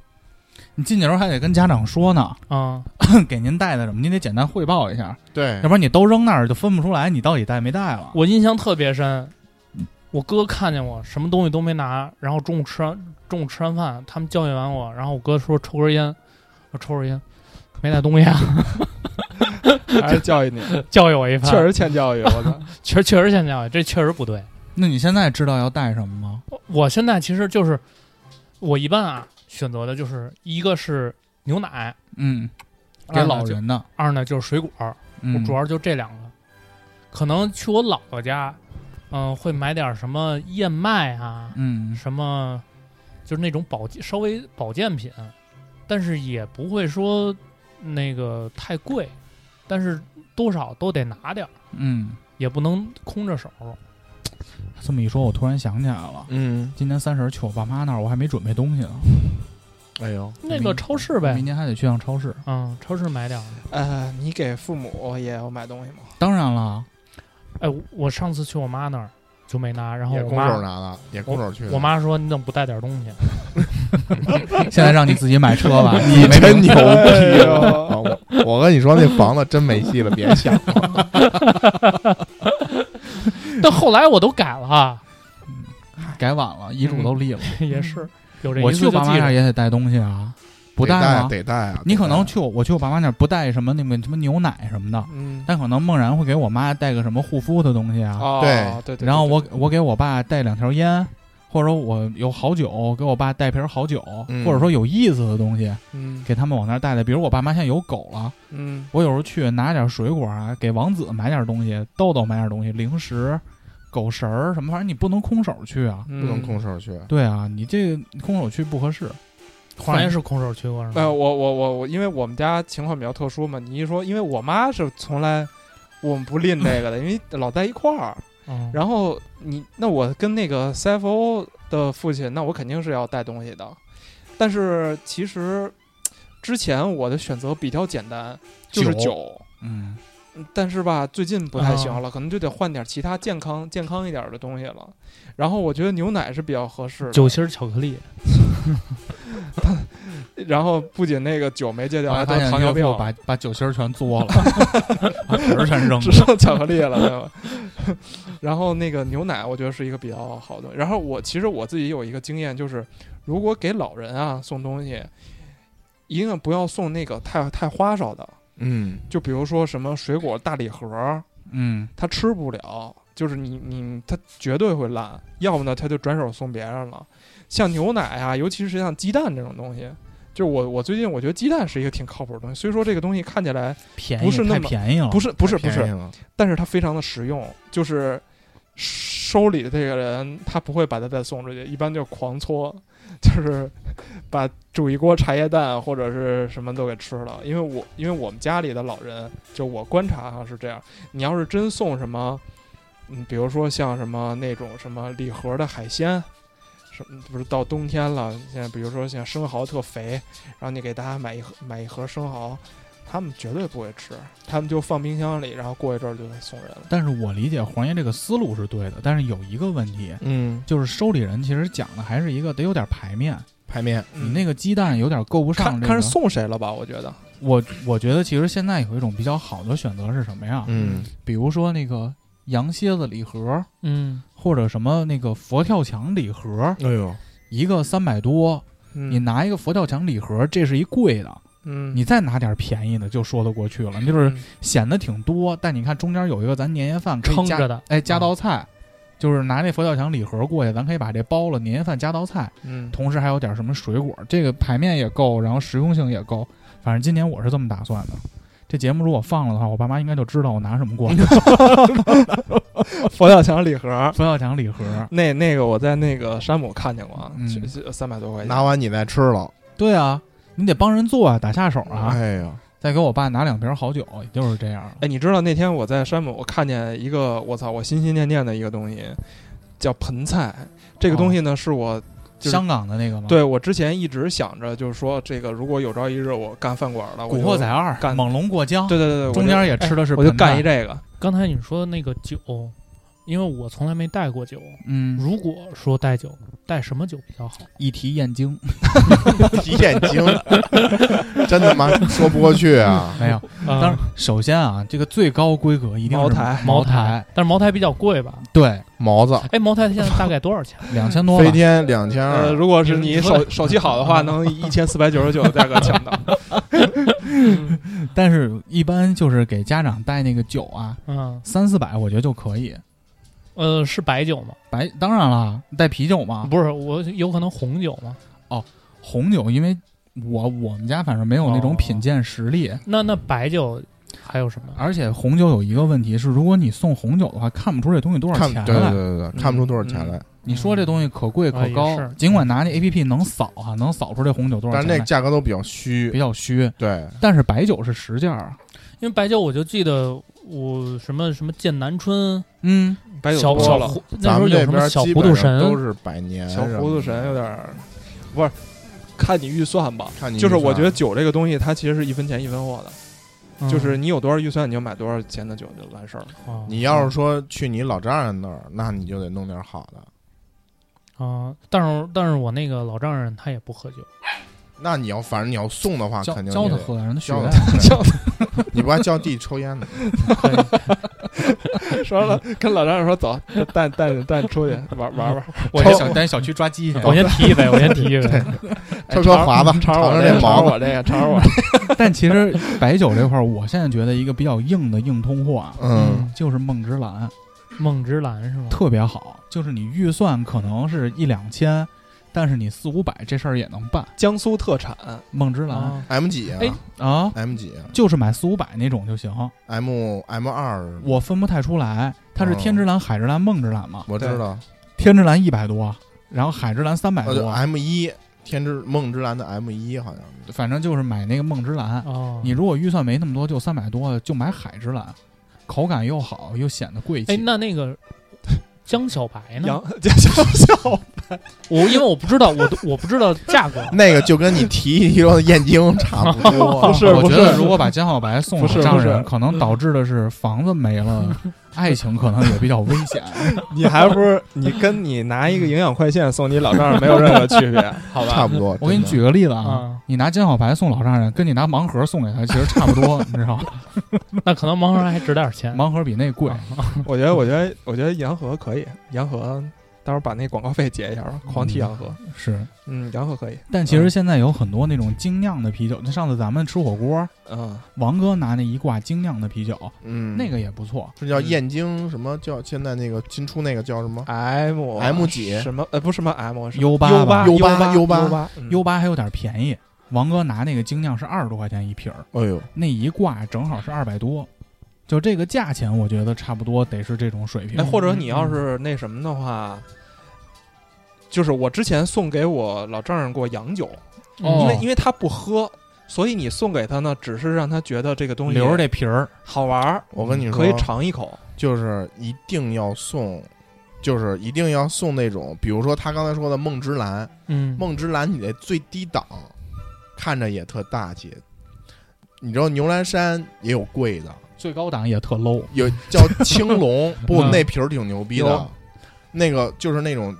你进去的时候还得跟家长说呢，
啊、
给您带的什么，你得简单汇报一下，
对
要不，然你都扔那儿就分不出来你到底带没带了。
我印象特别深。我哥看见我什么东西都没拿，然后中午吃完中午吃完饭，他们教育完我，然后我哥说抽根烟，我抽根烟，没带东西啊，
还是教育 你，
教育我一番，
确实欠教育，我操！
确确实现啊在这确实不对。
那你现在知道要带什么吗？
我现在其实就是，我一般啊选择的就是一个是牛奶，
嗯，
二
给
呢
老
就
人的，
二呢就是水果，
嗯，
我主要就这两个。可能去我姥姥家，嗯、会买点什么燕麦啊，
嗯
什么就是那种保健稍微保健品，但是也不会说那个太贵，但是多少都得拿点儿，
嗯，
也不能空着手。
这么一说，我突然想起来了，
嗯，
今年三十儿去我爸妈那儿，我还没准备东西呢，
哎呦，
那个超市
明
呗，
年还得去趟超市。
嗯，超市买点儿。
呃，你给父母也要买东西吗？
当然 了，
哎，我我上次去我妈那儿就没拿，然后
也
我
空手
妈
拿的，也空手去的，
我 妈说你怎么不带点东西？啊
现在让你自己买车吧， 你没
真牛
哎
逼
呦
啊！我我跟你说，那房子真没戏了，别想了。
但后来我都改了，
改晚了，遗嘱都立了。
也是有这
嗯我
一
去
次
我
就
爸妈
记
那儿
着。
也得带东西啊，不
得
带吗？
得带啊！
你可能
得
去我我去我爸妈那儿不带什么那个什么牛奶什么的，
嗯，
但可能梦然会给我妈带个什么护肤的东西啊。
哦，
对
对对。
然后
对
我我给我爸带两条烟，或者说我有好酒，给我爸带瓶好酒，
嗯
或者说有意思的东西，
嗯
给他们往那儿带带。比如我爸妈现在有狗了，
嗯，
我有时候去拿点水果啊，给王子买点东西，豆豆买点东西，零食、狗食儿什么，反正你不能空手去啊。
不
不能空。手去。
对啊，你这个空手去不合适。
黄爷是空手去过是
哎
呃，
吗？
我我我我，因为我们家情况比较特殊嘛，你一说，因为我妈是从来我们不吝这个的，因为老在一块儿。
嗯，
然后你那我跟那个 CFO 的父亲，那我肯定是要带东西的。但是其实之前我的选择比较简单，就是
酒
酒。
嗯，
但是吧，最近不太行
啊
了，可能就得换点其他健康健康一点的东西了。然后我觉得牛奶是比较合适的。
酒心儿巧克力，
然后不仅那个酒没戒掉，
后来
还
发
得
现
糖尿
岳父
病，
把把酒心儿全嘬 了，把皮儿全扔
只
了。
剩巧克力了，对吧？ 然后那个牛奶，我觉得是一个比较好的。然后我其实我自己有一个经验，就是如果给老人啊送东西，一定不要送那个太太花哨的，
嗯
就比如说什么水果大礼盒儿，
嗯
他吃不了，就是你你他绝对会烂，要么呢他就转手送别人了。像牛奶啊，尤其是像鸡蛋这种东西，就是我我最近我觉得鸡蛋是一个挺靠谱的东西，虽说这个东西看起来
便宜
不是那
太
么
便宜了，
不是不是不
哦便宜
是，
了
但是它非常的实用，就是收礼的这个人他不会把它再送出去，一般就狂搓， 就是把煮一锅茶叶蛋或者是什么都给吃了。因为我因为我们家里的老人，就我观察哈是这样，你要是真送什么，嗯，比如说像什么那种什么礼盒的海鲜。什么不是到冬天了？现在比如说像生蚝特肥，然后你给大家买一盒买一盒生蚝，他们绝对不会吃，他们就放冰箱里，然后过一阵儿就送人了。
但是我理解黄爷这个思路是对的，但是有一个问题，
嗯，
就是收礼人其实讲的还是一个得有点排面，
排面
你那个鸡蛋有点够不上
嗯看
这
看
个
是。送谁了吧？我觉得，
我我觉得其实现在有一种比较好的选择是什么呀？
嗯
比如说那个羊蝎子礼盒，
嗯，
或者什么那个佛跳墙礼盒，
哎呦
一个三百多，你
嗯
拿一个佛跳墙礼盒，这是一贵的，
嗯，
你再拿点便宜的就说得过去了，就是
嗯
显得挺多，但你看中间有一个咱年夜饭可以
撑
加
着的，
哎，
啊
加道菜，就是拿这佛跳墙礼盒过去，咱可以把这包了，年夜饭加道菜，
嗯
同时还有点什么水果，这个排面也够，然后实用性也够。反正今年我是这么打算的。这节目如果放了的话，我爸妈应该就知道我拿什么过来。
佛跳墙礼盒，
佛跳墙礼盒，
那那个我在那个山姆看见过啊
嗯，
三百多块钱
拿。完你再吃了，
对啊，你得帮人做啊，打下手啊。
哎呀，
再给我爸拿两瓶好酒，也就是这样了。
哎，你知道那天我在山姆我看见一个，我操，我心心念念的一个东西，叫盆菜。这
哦
个东西呢，是我就是
香港的那个吗？，
对我之前一直想着，就是说这个如果有朝一日我干饭馆了，
《
我
古
就
惑仔二》
干
猛龙过江，
对对对对，我就
中间也吃的是
我就
盆菜
干一这个，
刚才你说的那个酒，因为我从来没带过酒，
嗯，
如果说带酒，带什么酒比较好？
一提燕 京
提眼睛，真的吗？说不过去啊，
没有。
当
当然，首先啊，这个最高规格一定是
嗯茅台
茅
茅台，，但是茅台比较贵吧？
对，
毛子
哎，茅台现在大概多少 钱？
两千多吧
飞。天两千
呃，
二，
如果是
你
你
说
手手气好的 话，能一千四百九十九的价格抢到。
但是，一般就是给家长带那个酒啊，
嗯，
三四百我觉得就可以。
呃，是白酒吗？
白当然了，带啤酒
啊
嘛，
不是，我有可能红酒吗？
红酒，因为我我们家反正没有那种
哦
品鉴实力。
那那白酒还有什么？
啊
而且红酒有一个问题是，如果你送红酒的话，看不出这东西多少
看
钱啊嗯来。
对对对对，看不出多少钱来，
你说这东西可贵可
啊
高，
也是
尽管拿那 A P P 能扫哈、能扫出这红酒多少
但
钱
是
来，
那价格都比较
比
虚，
较虚。
对，
但是白酒是实价啊，
因为白酒，我就记得我什么什么剑南春，
嗯，
白酒
小
多
小
了，
胡那
咱
时候
们
有
这
什
边
么小
基
糊
本
涂
上都
神，
是百年
小糊涂神有点儿，不是，看你预算吧。
看你
就是
预算
我觉得酒这个东西，它其实是一分钱一分货的，
嗯
就是你有多少预算，你就买多少钱的酒就完事儿了。
哦
你要是说去你老丈人那儿，那你就得弄点好的。
啊，但是但是我那个老丈人他也不喝 酒，
那你要反正你要送的话，
教
啊肯定
教
也
他
得
喝，让他学
教。他
教
喝，对 你不还教弟抽烟呢？
说 了，跟老丈人说走，带带带你出去玩玩玩。
我
带
先
小带小区抓鸡去。
我先提一杯，我先提一杯。
哎
抽根华子，
尝
尝尝
我
这
这，
毛
尝
子。
我这个， 尝我。
但其实白酒这块儿，我现在觉得一个比较硬的硬通货啊，
嗯，
就是梦之蓝，
梦之蓝是吗？
特别好。就是你预算可能是一两千，但是你四五百这事儿也能办。
江苏特产，
梦之蓝啊
啊
M 几啊
哎
？M 几啊
就是买四五百那种就行。
？M M 二，
我分不太出来，它是天之蓝、海之蓝、梦之蓝嘛。
我知道，
天之蓝一百多，然后海之蓝三百
呃就
多，哎
，M 一天之梦之蓝的 M 一好像是。
反正就是买那个梦之
啊
蓝。
哦，
你如果预算没那么多，就三百多，就买海之蓝，口感又好，又显得贵
哎，
气。
那那个 江小白呢？
杨 江小
我因为我不知道，我都我不知道价格
那个就跟你提一提说的燕京差 不多，
不是
哦
啊
我
不
觉
是
得，如果把江小白送
不
给
是
丈
不是
人，可能导致的是房子没 了，爱情可能也比较危险。
你还不是你跟你拿一个营养快线送你老丈人没有任何区别， 好吧？
差不多。
我给你
真的
举个例子啊，
啊，
你拿江小白送老丈人，跟你拿盲盒送给他其实差不 多，你知道吗？
那可能盲盒还值点钱。
盲盒比那贵。
啊
我觉得，我觉得，我觉得洋河可以，洋河到时候把那广告费结一下吧，狂提洋河。
是。
嗯，洋河可以。
但其实现在有很多那种精酿的啤酒，那上次咱们吃火锅，
嗯
王哥拿那一挂精酿的啤酒，
嗯，
那个也不错。
是叫燕京什么叫现在那个新出那个叫什么
，M
M 几
什么呃不是什么 M 是
U 八
U
吧
U
八
八
U
U 八
八嗯
U 八还有点便宜，王哥拿那个精酿是二十多块钱一瓶儿，
哎呦，
那一挂正好是二百多，就这个价钱，我觉得差不多得是这种水平。
哎，或者你要是那什么的话，就是我之前送给我老丈人过洋酒，
哦
因为因为他不喝，所以你送给他呢，只是让他觉得这个东西
留着这瓶儿，
好玩儿，嗯
我跟你说，
可以尝一口。
就是一定要送，就是一定要送那种，比如说他刚才说的梦之蓝，
嗯，
梦之蓝你得最低档，看着也特大气。你知道牛栏山也有贵的，
最高档也特 low。
有叫青龙，不
嗯
那 瓶儿挺牛逼的
有，
那个就是那种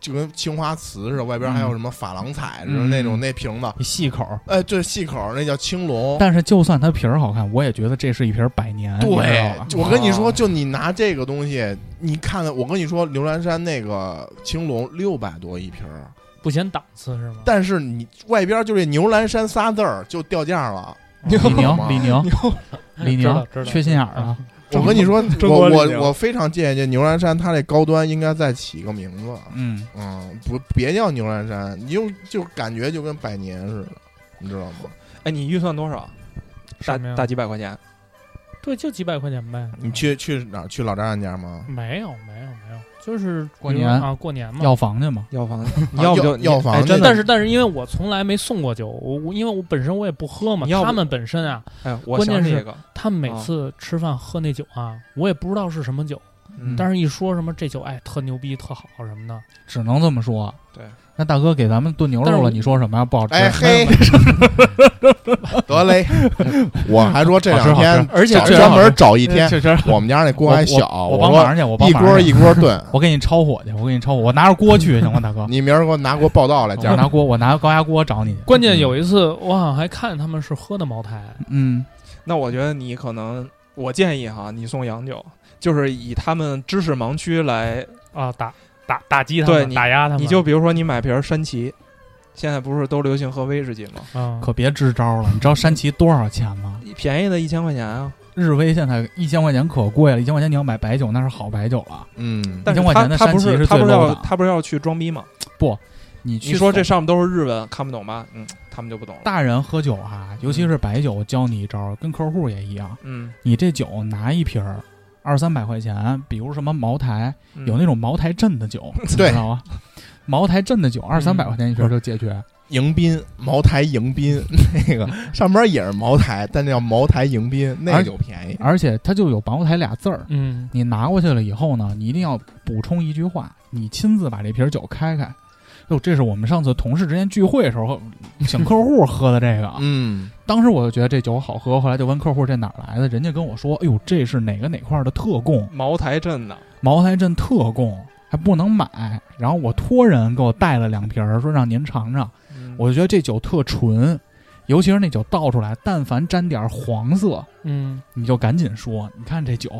就跟青花瓷似的，外边还有什么珐琅彩似的
嗯
那种那瓶子，
一细口儿，
哎，对，细口儿那叫青龙。
但是就算它瓶儿好看，我也觉得这是一瓶百
哎
年。你知道吧
对，我跟你说，
哦
就你拿这个东西，你看，我跟你说，牛栏山那个青龙六百多一瓶儿，
不显档次是吗？
但是你外边就这牛栏山仨字儿就掉价了。
李宁，
吗
李宁，李
知道
宁
知，道
缺心眼儿啊！
我跟你说，
中
我
国力量
我我非常建议这牛栏山，它这高端应该再起一个名字，
嗯，
嗯，不别叫牛栏山，你就就感觉就跟百年似的，你知道吗？
哎，你预算多少？大
什么呀
大几百块钱？
对，就几百块钱呗。
你去去哪儿？去老丈人家吗？
没有没有没有，就是
过
比如
年
啊，过年嘛。
要房去嘛，
药房，你要不就
药药房
哎
那
真的
但是但是因为我从来没送过酒，我我因为我本身我也不喝嘛。
你要不
他们本身啊，
哎，我
关键
想起
是
一个，
他们每
啊
次吃饭喝那酒啊，我也不知道是什么酒，
嗯
但是一说什么这酒哎特牛逼特好什么的，
只能这么说。
对，
那大哥给咱们炖牛
但
肉
是
了，
我
你说什么呀？不好吃。
哎嘿，得嘞， 我还说这两天，
而且
找
这
专门找一天，
确实，
我们家那锅还小，
我
说
帮忙去，我帮
一
忙
锅
去
一锅炖。
我给你抄火去，我给你抄火，我拿着锅去行吗，大哥？
你明儿给我拿锅报道来，
我
家
拿锅，我拿高压锅找 你去。
关键有一次我好像还看见他们是喝的茅台，
嗯，
那我觉得你可能，我建议哈，你送洋酒，就是以他们知识盲区来，
啊，打打打击他
对
们，
你
打压他们，
你就比如说你买瓶山崎，现在不是都流行喝威士忌吗？
啊，
可别支招了。你知道山崎多少钱吗？
便宜的一千块钱啊，
日威现在一千块钱可贵了，一千块钱你要买白酒那是好白酒了。
嗯，
但
1000
是
块
他
钱的
他
山
不
崎是
他
最
不是
low
要
的
他不是要去装逼吗？
你
你
去
说
搜
这上面都是日文，看不懂吧？嗯，他们就不懂了。
大人喝酒哈、尤其是白酒，我教你一招，跟客户也一样。
嗯，
你这酒拿一瓶儿，二三百块钱，比如什么茅台，
嗯
有那种茅台镇的 酒，你
对
知道吗？茅台镇的酒二
嗯
三百块钱一瓶儿就解决。
迎宾茅台迎宾 那个上边也是茅台，但那叫茅台迎宾，那
而
个就便宜。
而且它就有茅台俩字儿。
嗯，
你拿过去了以后呢，你一定要补充一句话，你亲自把这瓶酒开开。哟，这是我们上次同事之间聚会的时候请客户喝的这个啊。
嗯，
当时我就觉得这酒好喝，后来就问客户这哪儿来的，人家跟我说，哎呦，这是哪个哪块儿的特供，
茅台镇的，
茅台镇特供，还不能买。然后我托人给我带了两瓶儿，说让您尝尝。
嗯
我就觉得这酒特纯，尤其是那酒倒出来，但凡沾点儿黄色，
嗯，
你就赶紧说，你看这酒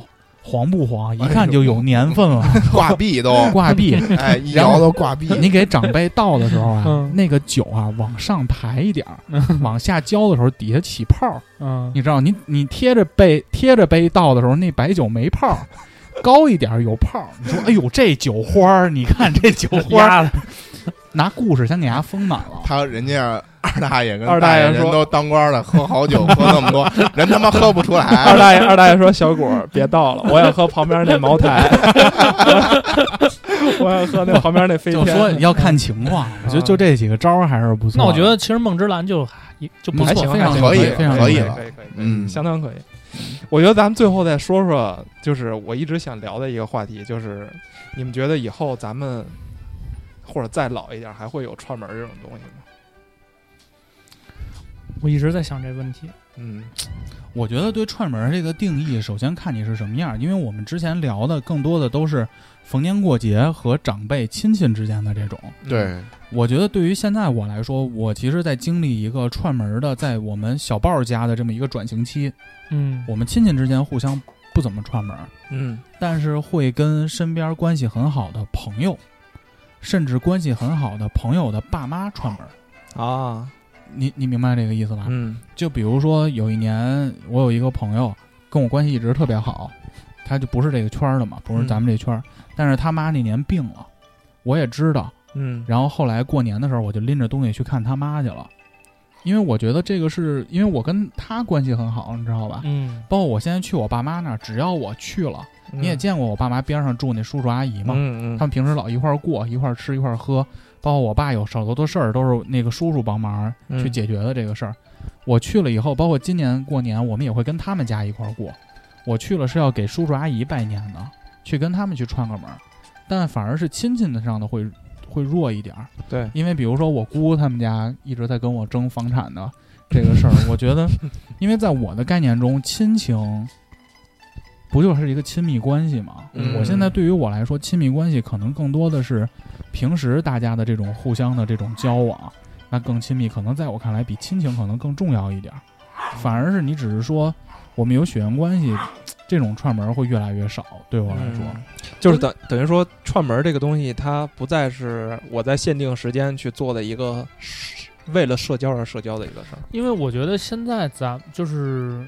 黄不黄？一看就有年份了，
挂壁都
挂 壁。
哎，一
然后
摇都挂壁。
你给长辈倒的时候啊，
嗯
那个酒啊往上抬一点儿， 往下浇的时候底下起泡儿，
嗯，
你知道？你你贴着杯贴着杯倒的时候，那白酒没泡儿， 高一点儿有泡儿。你说，哎呦，这酒花儿，你看这酒花儿，
压的，
拿故事先给它丰满了。
他人家二大爷跟
二大爷
人
说
都当官了，喝好酒喝那么 多，人他妈喝不出
二
来。
大爷，二大爷说：“小果儿，别倒了，我想喝旁边那 茅台， 我想喝那旁边那飞
就
天。”
说要看情况，我觉得就这几个招儿还是不错的。
嗯那我觉得其实梦之蓝就啊还就不
嗯还
错，
行
非
还
常
行
可以
非常
可以
有
了
可以可以，
嗯，
相当可以。我觉得咱们最后再说说，就是我一直想聊的一个话题，就是你们觉得以后咱们或者再老一点，还会有串门儿这种东西吗？
我一直在想这问题，
嗯
我觉得对串门儿这个定义，首先看你是什么样儿，因为我们之前聊的更多的都是逢年过节和长辈亲戚之间的这种。
对，
我觉得对于现在我来说，我其实在经历一个串门儿的，在我们小豹儿家的这么一个转型期，
嗯，
我们亲戚之间互相不怎么串门儿，
嗯
但是会跟身边关系很好的朋友甚至关系很好的朋友的爸妈串门儿。
啊，
你 你明白这个意思吧？
嗯
就比如说有一年，我有一个朋友跟我关系一直特别好，他就不是这个圈儿的嘛，不是咱们这圈儿，但是他妈那年病了，我也知道。
嗯
然后后来过年的时候，我就拎着东西去看他妈去了，因为我觉得这个是因为我跟他关系很好，你知道吧？
嗯
包括我现在去我爸妈那儿，只要我去了，
嗯
你也见过我爸妈边上住那叔叔阿姨嘛，
嗯嗯，
他们平时老一块儿过，一块儿吃，一块儿喝，包括我爸有好多的事儿都是那个叔叔帮忙
嗯
去解决的这个事儿。我去了以后，包括今年过年，我们也会跟他们家一块儿过。我去了是要给叔叔阿姨拜年的，去跟他们去串个门儿，但反而是亲戚上的会会弱一点儿，
对，
因为比如说我姑他们家一直在跟我争房产的这个事儿，我觉 得，因为在我的概念中，亲情不就是一个亲密关系吗？
嗯
我现在对于我来说，亲密关系可能更多的是平时大家的这种互相的这种交往，那更亲密，可能在我看来比亲情可能更重要一点儿。
嗯
反而是你只是说我们有血缘关系，这种串门儿会越来越少，对我来说。
嗯就是等等于说串门儿这个东西，它不再是我在限定时间去做的一个社为了社交而社交的一个事儿。
因为我觉得现在咱就是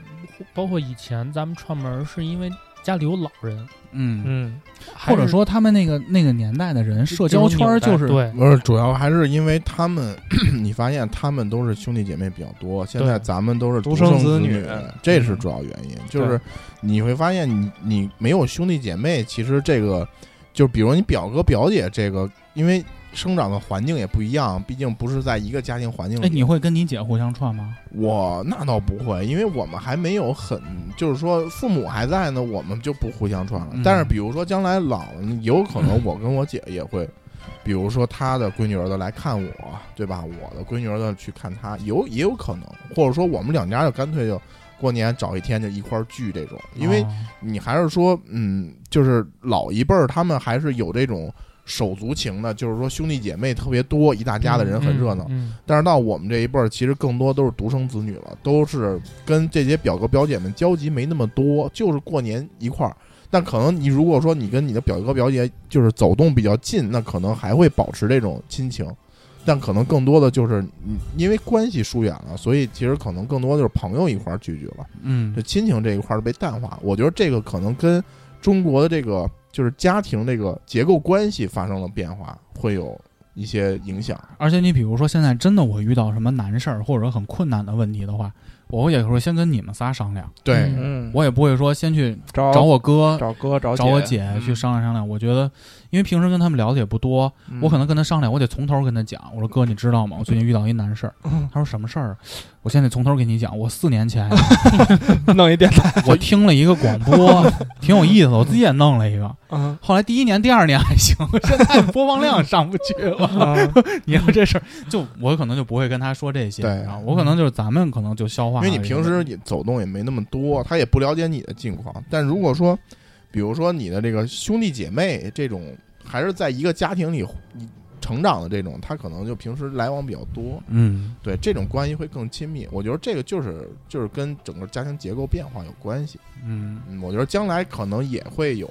包括以前咱们串门儿，是因为家里有老人，
嗯
嗯
还
或者
是
说他们那个那个年代的人，社交圈儿就是
对
不是，主要还是因为他们， 你发现他们都是兄弟姐妹比较多，现在
对嗯
咱们都是
独
生
生子
女
女，
这是主要原因。就是你会发现你，你没有兄弟姐妹，其实这个就比如你表哥表姐这个，因为生长的环境也不一样，毕竟不是在一个家庭环境
哎，
里。
你会跟你姐互相串吗？
我那倒不会，因为我们还没有很，就是说父母还在呢，我们就不互相串了。
嗯
但是比如说将来老了，有可能我跟我姐也会，比如说她的闺女儿子来看我，对吧？我的闺女儿子去看她，有也有可能，或者说我们两家就干脆就过年找一天就一块儿聚这种，因为
哦
你还是说，嗯，就是老一辈儿他们还是有这种手足情的，就是说兄弟姐妹特别多，一大家的人很热闹。
嗯，嗯
但是到我们这一辈儿，其实更多都是独生子女了，都是跟这些表哥表姐们交集没那么多，就是过年一块儿。但可能你如果说你跟你的表哥表姐就是走动比较近，那可能还会保持这种亲情，但可能更多的就是你因为关系疏远了，所以其实可能更多就是朋友一块儿聚聚了。
嗯
这亲情这一块儿被淡化。我觉得这个可能跟中国的这个就是家庭这个结构关系发生了变化，会有一些影响。
而且你比如说，现在真的我遇到什么难事儿或者很困难的问题的话，我也会先跟你们仨商量，
对
嗯
嗯，
我也不会说先去
找
找我哥、
找哥找
找我
姐，
姐去商量商量。我觉得，因为平时跟他们聊的也不多，
嗯
我可能跟他商量，我得从头跟他讲。我说哥，你知道吗？我最近遇到一难事儿。
嗯
他说什么事儿啊？我现在从头跟你讲。我四年前
弄一电 台。
我听了一个广 播，挺有意思的，我自己也弄了一个。
嗯
啊
后来第一年、第二年还 行，现在播放量上不去了。
啊
你要这事儿，就我可能就不会跟他说这些，
嗯对
然后我可能就是咱们可能就消化
因
了
为
这个，
你平时也走动也没那么多，他也不了解你的近况。但如果说，比如说你的这个兄弟姐妹这种，还是在一个家庭里成长的这种，他可能就平时来往比较多，
嗯，
对这种关系会更亲密。我觉得这个就是就是跟整个家庭结构变化有关系。
嗯
嗯，我觉得将来可能也会有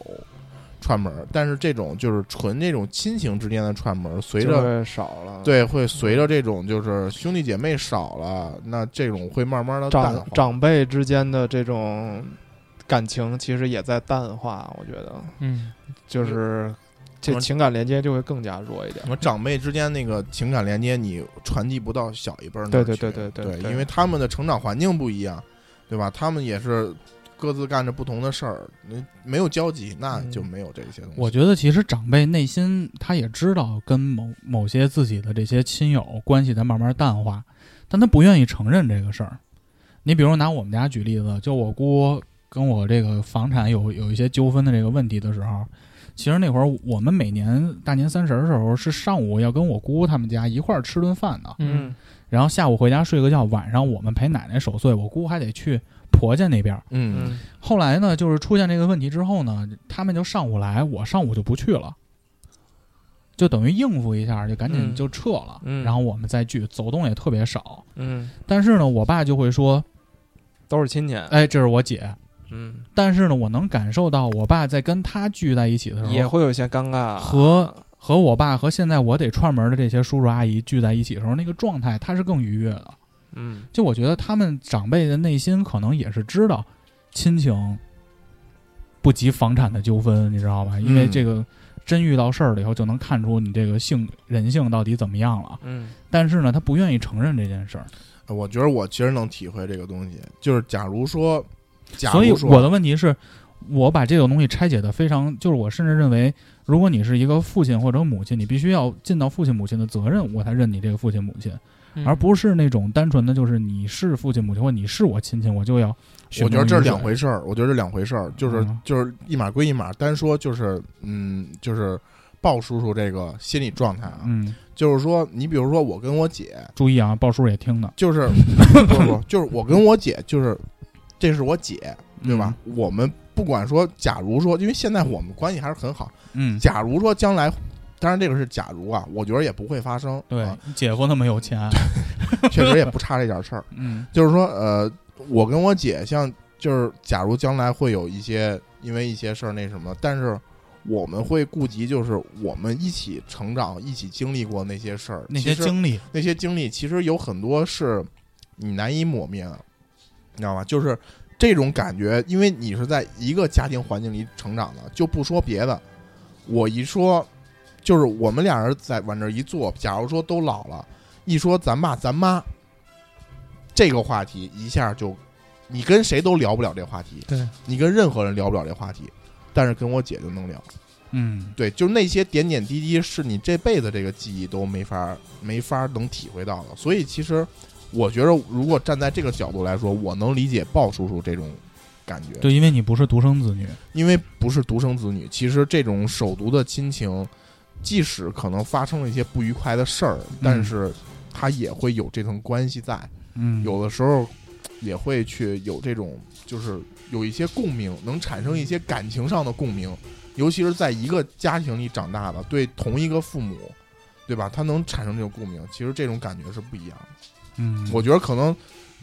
串门儿，但是这种就是纯这种亲情之间的串门儿，随
就
着
会少了，，
对会随着这种就是兄弟姐妹少了，那这种会慢慢的淡化
长。长辈之间的这种感情其实也在淡化，我觉得
嗯
就是这
嗯
情感连接就会更加弱一点
什。么长辈之间那个情感连接，你传递不到小一辈儿那儿
对对
去
对对对
对
对
因为他们的成长环境不一样，对吧？他们也是各自干着不同的事儿，那没有交集，那
嗯
就没有这些东西。
我觉得其实长辈内心他也知道跟某某些自己的这些亲友关系在慢慢淡化，但他不愿意承认这个事儿。你比如拿我们家举例子，就我姑跟我这个房产有有一些纠纷的这个问题的时候，其实那会儿我们每年大年三十儿的时候是上午要跟我姑他们家一块儿吃顿饭的，
嗯
然后下午回家睡个觉，晚上我们陪奶奶守岁，我姑还得去婆家那边儿。
嗯，
嗯
后来呢，就是出现这个问题之后呢，他们就上午来，我上午就不去了，就等于应付一下，就赶紧
嗯
就撤了。
嗯
然后我们再聚，走动也特别少。
嗯，
但是呢，我爸就会说
都是亲戚，：“
哎，这是我姐。
嗯，”
但是呢，我能感受到我爸在跟他聚在一起的时
也
候，
会有一些尴尬啊
和和我爸和现在我得串门的这些叔叔阿姨聚在一起的时候，那个状态他是更愉悦的。
嗯
就我觉得他们长辈的内心可能也是知道亲情不及房产的纠纷，你知道吧？因为
嗯
这个真遇到事儿了以后，就能看出你这个性人性到底怎么样了。
嗯
但是呢，他不愿意承认这件事儿，
呃我觉得我其实能体会这个东西，就是假如说，假
所以
如说
我的问题是，我把这种东西拆解的非常，就是我甚至认为，如果你是一个父亲或者母亲，你必须要尽到父亲母亲的责任，我才认你这个父亲母亲，
嗯
而不是那种单纯的就是你是父亲母亲或你是我亲戚，我就要血
我
浓于水。
觉得这是两回事儿，我觉得这两回事儿，就是、
嗯
就是一码归一码，单说就是嗯，就是鲍叔叔这个心理状态啊，
嗯，
就是说，你比如说我跟我姐，
注意啊，鲍叔也听呢，
就是 不是不是就是我跟我姐，就是这是我姐，对吧？
嗯
我们不管说，假如说，因为现在我们关系还是很好，
嗯？嗯，
假如说将来。当然，这个是假如啊，我觉得也不会发生。
对
啊，
姐夫那么有钱，
确实也不差这点事儿。
嗯
就是说，呃，我跟我姐像，就是假如将来会有一些因为一些事儿那什么，但是我们会顾及，就是我们一起成长、一起经历过那些事儿，
那些
其实
经历，
那些经历，其实有很多是你难以抹灭的，你知道吗？就是这种感觉，因为你是在一个家庭环境里成长的，就不说别的，我一说，就是我们俩人在往这儿一坐，假如说都老了，一说咱爸咱妈，这个话题一下就，你跟谁都聊不了这话题，
对，
你跟任何人聊不了这话题，但是跟我姐就能聊。
嗯，
对，就那些点点滴滴是你这辈子这个记忆都没法儿没法儿能体会到的。所以其实我觉得，如果站在这个角度来说，我能理解鲍叔叔这种感觉，
就因为你不是独生子女，
因为不是独生子女，其实这种手足的亲情，即使可能发生了一些不愉快的事儿，但是他也会有这层关系在，
嗯，
有的时候也会去有这种就是有一些共鸣，能产生一些感情上的共鸣，尤其是在一个家庭里长大的，对同一个父母，对吧？他能产生这种共鸣，其实这种感觉是不一样的。
嗯，
我觉得可能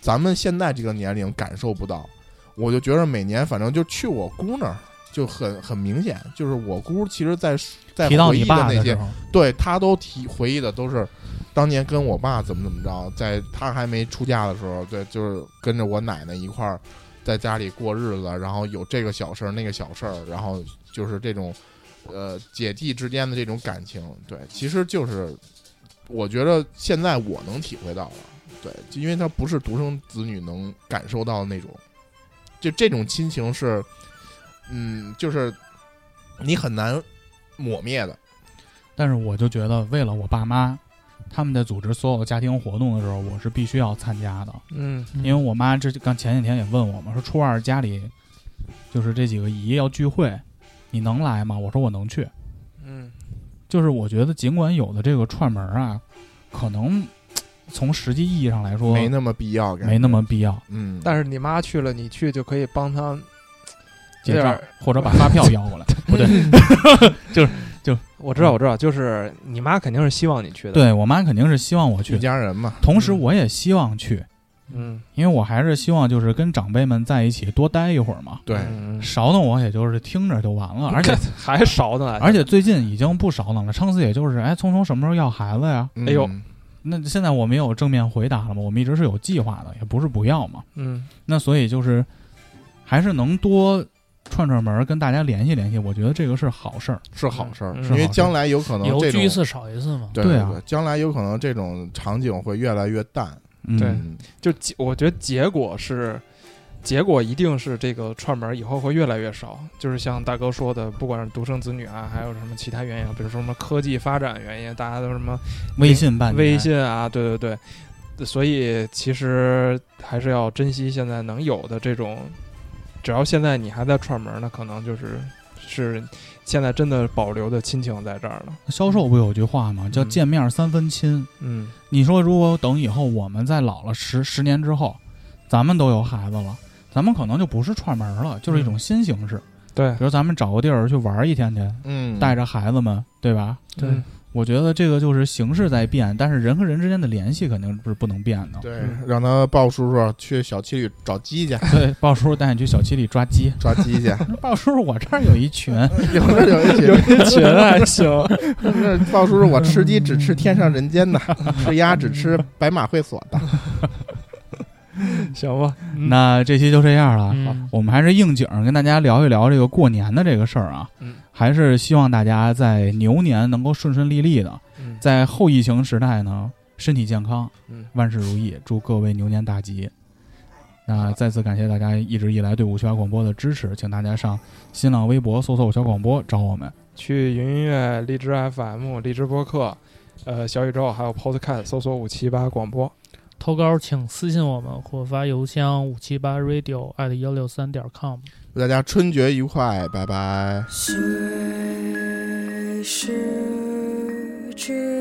咱们现在这个年龄感受不到，我就觉得每年反正就去我姑那儿。就很很明显，就是我姑其实在，在
提到
回
你
忆的
爸
那些
时，候，
对他都提回忆的都是当年跟我爸怎么怎么着，在他还没出嫁的时候，对，就是跟着我奶奶一块儿在家里过日子，然后有这个小事儿那个小事儿，然后就是这种呃姐弟之间的这种感情，对，其实就是我觉得现在我能体会到了，对，就因为他不是独生子女能感受到的那种，就这种亲情是，嗯，就是你很难抹灭的。
但是我就觉得为了我爸妈。他们在组织所有家庭活动的时候，我是必须要参加的，
嗯
因为我妈这刚前几天也问我嘛，说初二家里就是这几个姨要聚会，你能来吗？我说我能去，
嗯
就是我觉得尽管有的这个串门啊，可能从实际意义上来说
没那么必要，感觉
嗯没那么必要，
嗯，
但是你妈去了，你去就可以帮她
结
有点
账
儿
或者把发 票要过来。不对，
我知道，我知道，就是你妈肯定是希望你去的。，
对我妈肯定是希望我
一
去，
家人嘛，
同时我也希望去，
嗯，
因为我还是希望就是跟长辈们在一起多待一会儿嘛，
对，
嗯
勺弄我也就是听着就完 了，而且
还少呢，
而且最近已经不勺弄了，上次也就是哎，聪聪什么时候要孩子呀？
嗯
哎呦，
那现在我们有正面回答了嘛，我们一直是有计划的，也不是不要嘛，
嗯
那所以就是还是能多。串串门儿跟大家联系联系，我觉得这个是好事儿。
是好事儿，
嗯
因为将来有可能
有
这
聚一
种，
次少一次嘛。
对
对啊
将来有可能这种场景会越来越淡，
嗯
对
嗯
就结，我觉得结果是，结果一定是这个串门儿以后会越来越少。就是像大哥说的，不管是独生子女啊，还有什么其他原因啊，比如说什么科技发展原因，大家都什么
微信办
微信啊，对对对，所以其实还是要珍惜现在能有的这种，只要现在你还在串门儿呢，可能就是是现在真的保留的亲情在这儿了。
销售不有句话吗？叫
嗯
见面三分亲。
嗯
你说，如果等以后我们再老了十十年之后，咱们都有孩子了，咱们可能就不是串门儿了，就是一种新形式。
对
比如咱们找个地儿去玩一天去，
嗯，
带着孩子们，对吧？
对
嗯
我觉得这个就是形式在变，但是人和人之间的联系肯定是不能变的。
对
嗯，
让他鲍叔叔去小区里找鸡去，
对，鲍叔叔带你去小区里抓鸡。
抓鸡去。
鲍叔叔，我这儿有一群，
有这有一群，
这群还行，
那鲍叔叔我吃鸡只吃天上人间的，吃鸭只吃白马会所的。
行吧？
那这期就这样了。
嗯
我们还是应景儿跟大家聊一聊这个过年的这个事儿啊，
嗯
还是希望大家在牛年能够顺顺利利的，
嗯，
在后疫情时代呢，身体健康，
嗯
万事如意，祝各位牛年大吉。那再次感谢大家一直以来对五七八广播的支持，请大家上新浪微博搜索“五七八广播”找我们。
去云音乐、荔枝 FM、荔枝播客、呃小宇宙还有 Podcast 搜索五七八广播。
投稿请私信我们或发邮箱五七八 radio at 幺六三点 com。
祝大家春节愉快，拜拜。
水是指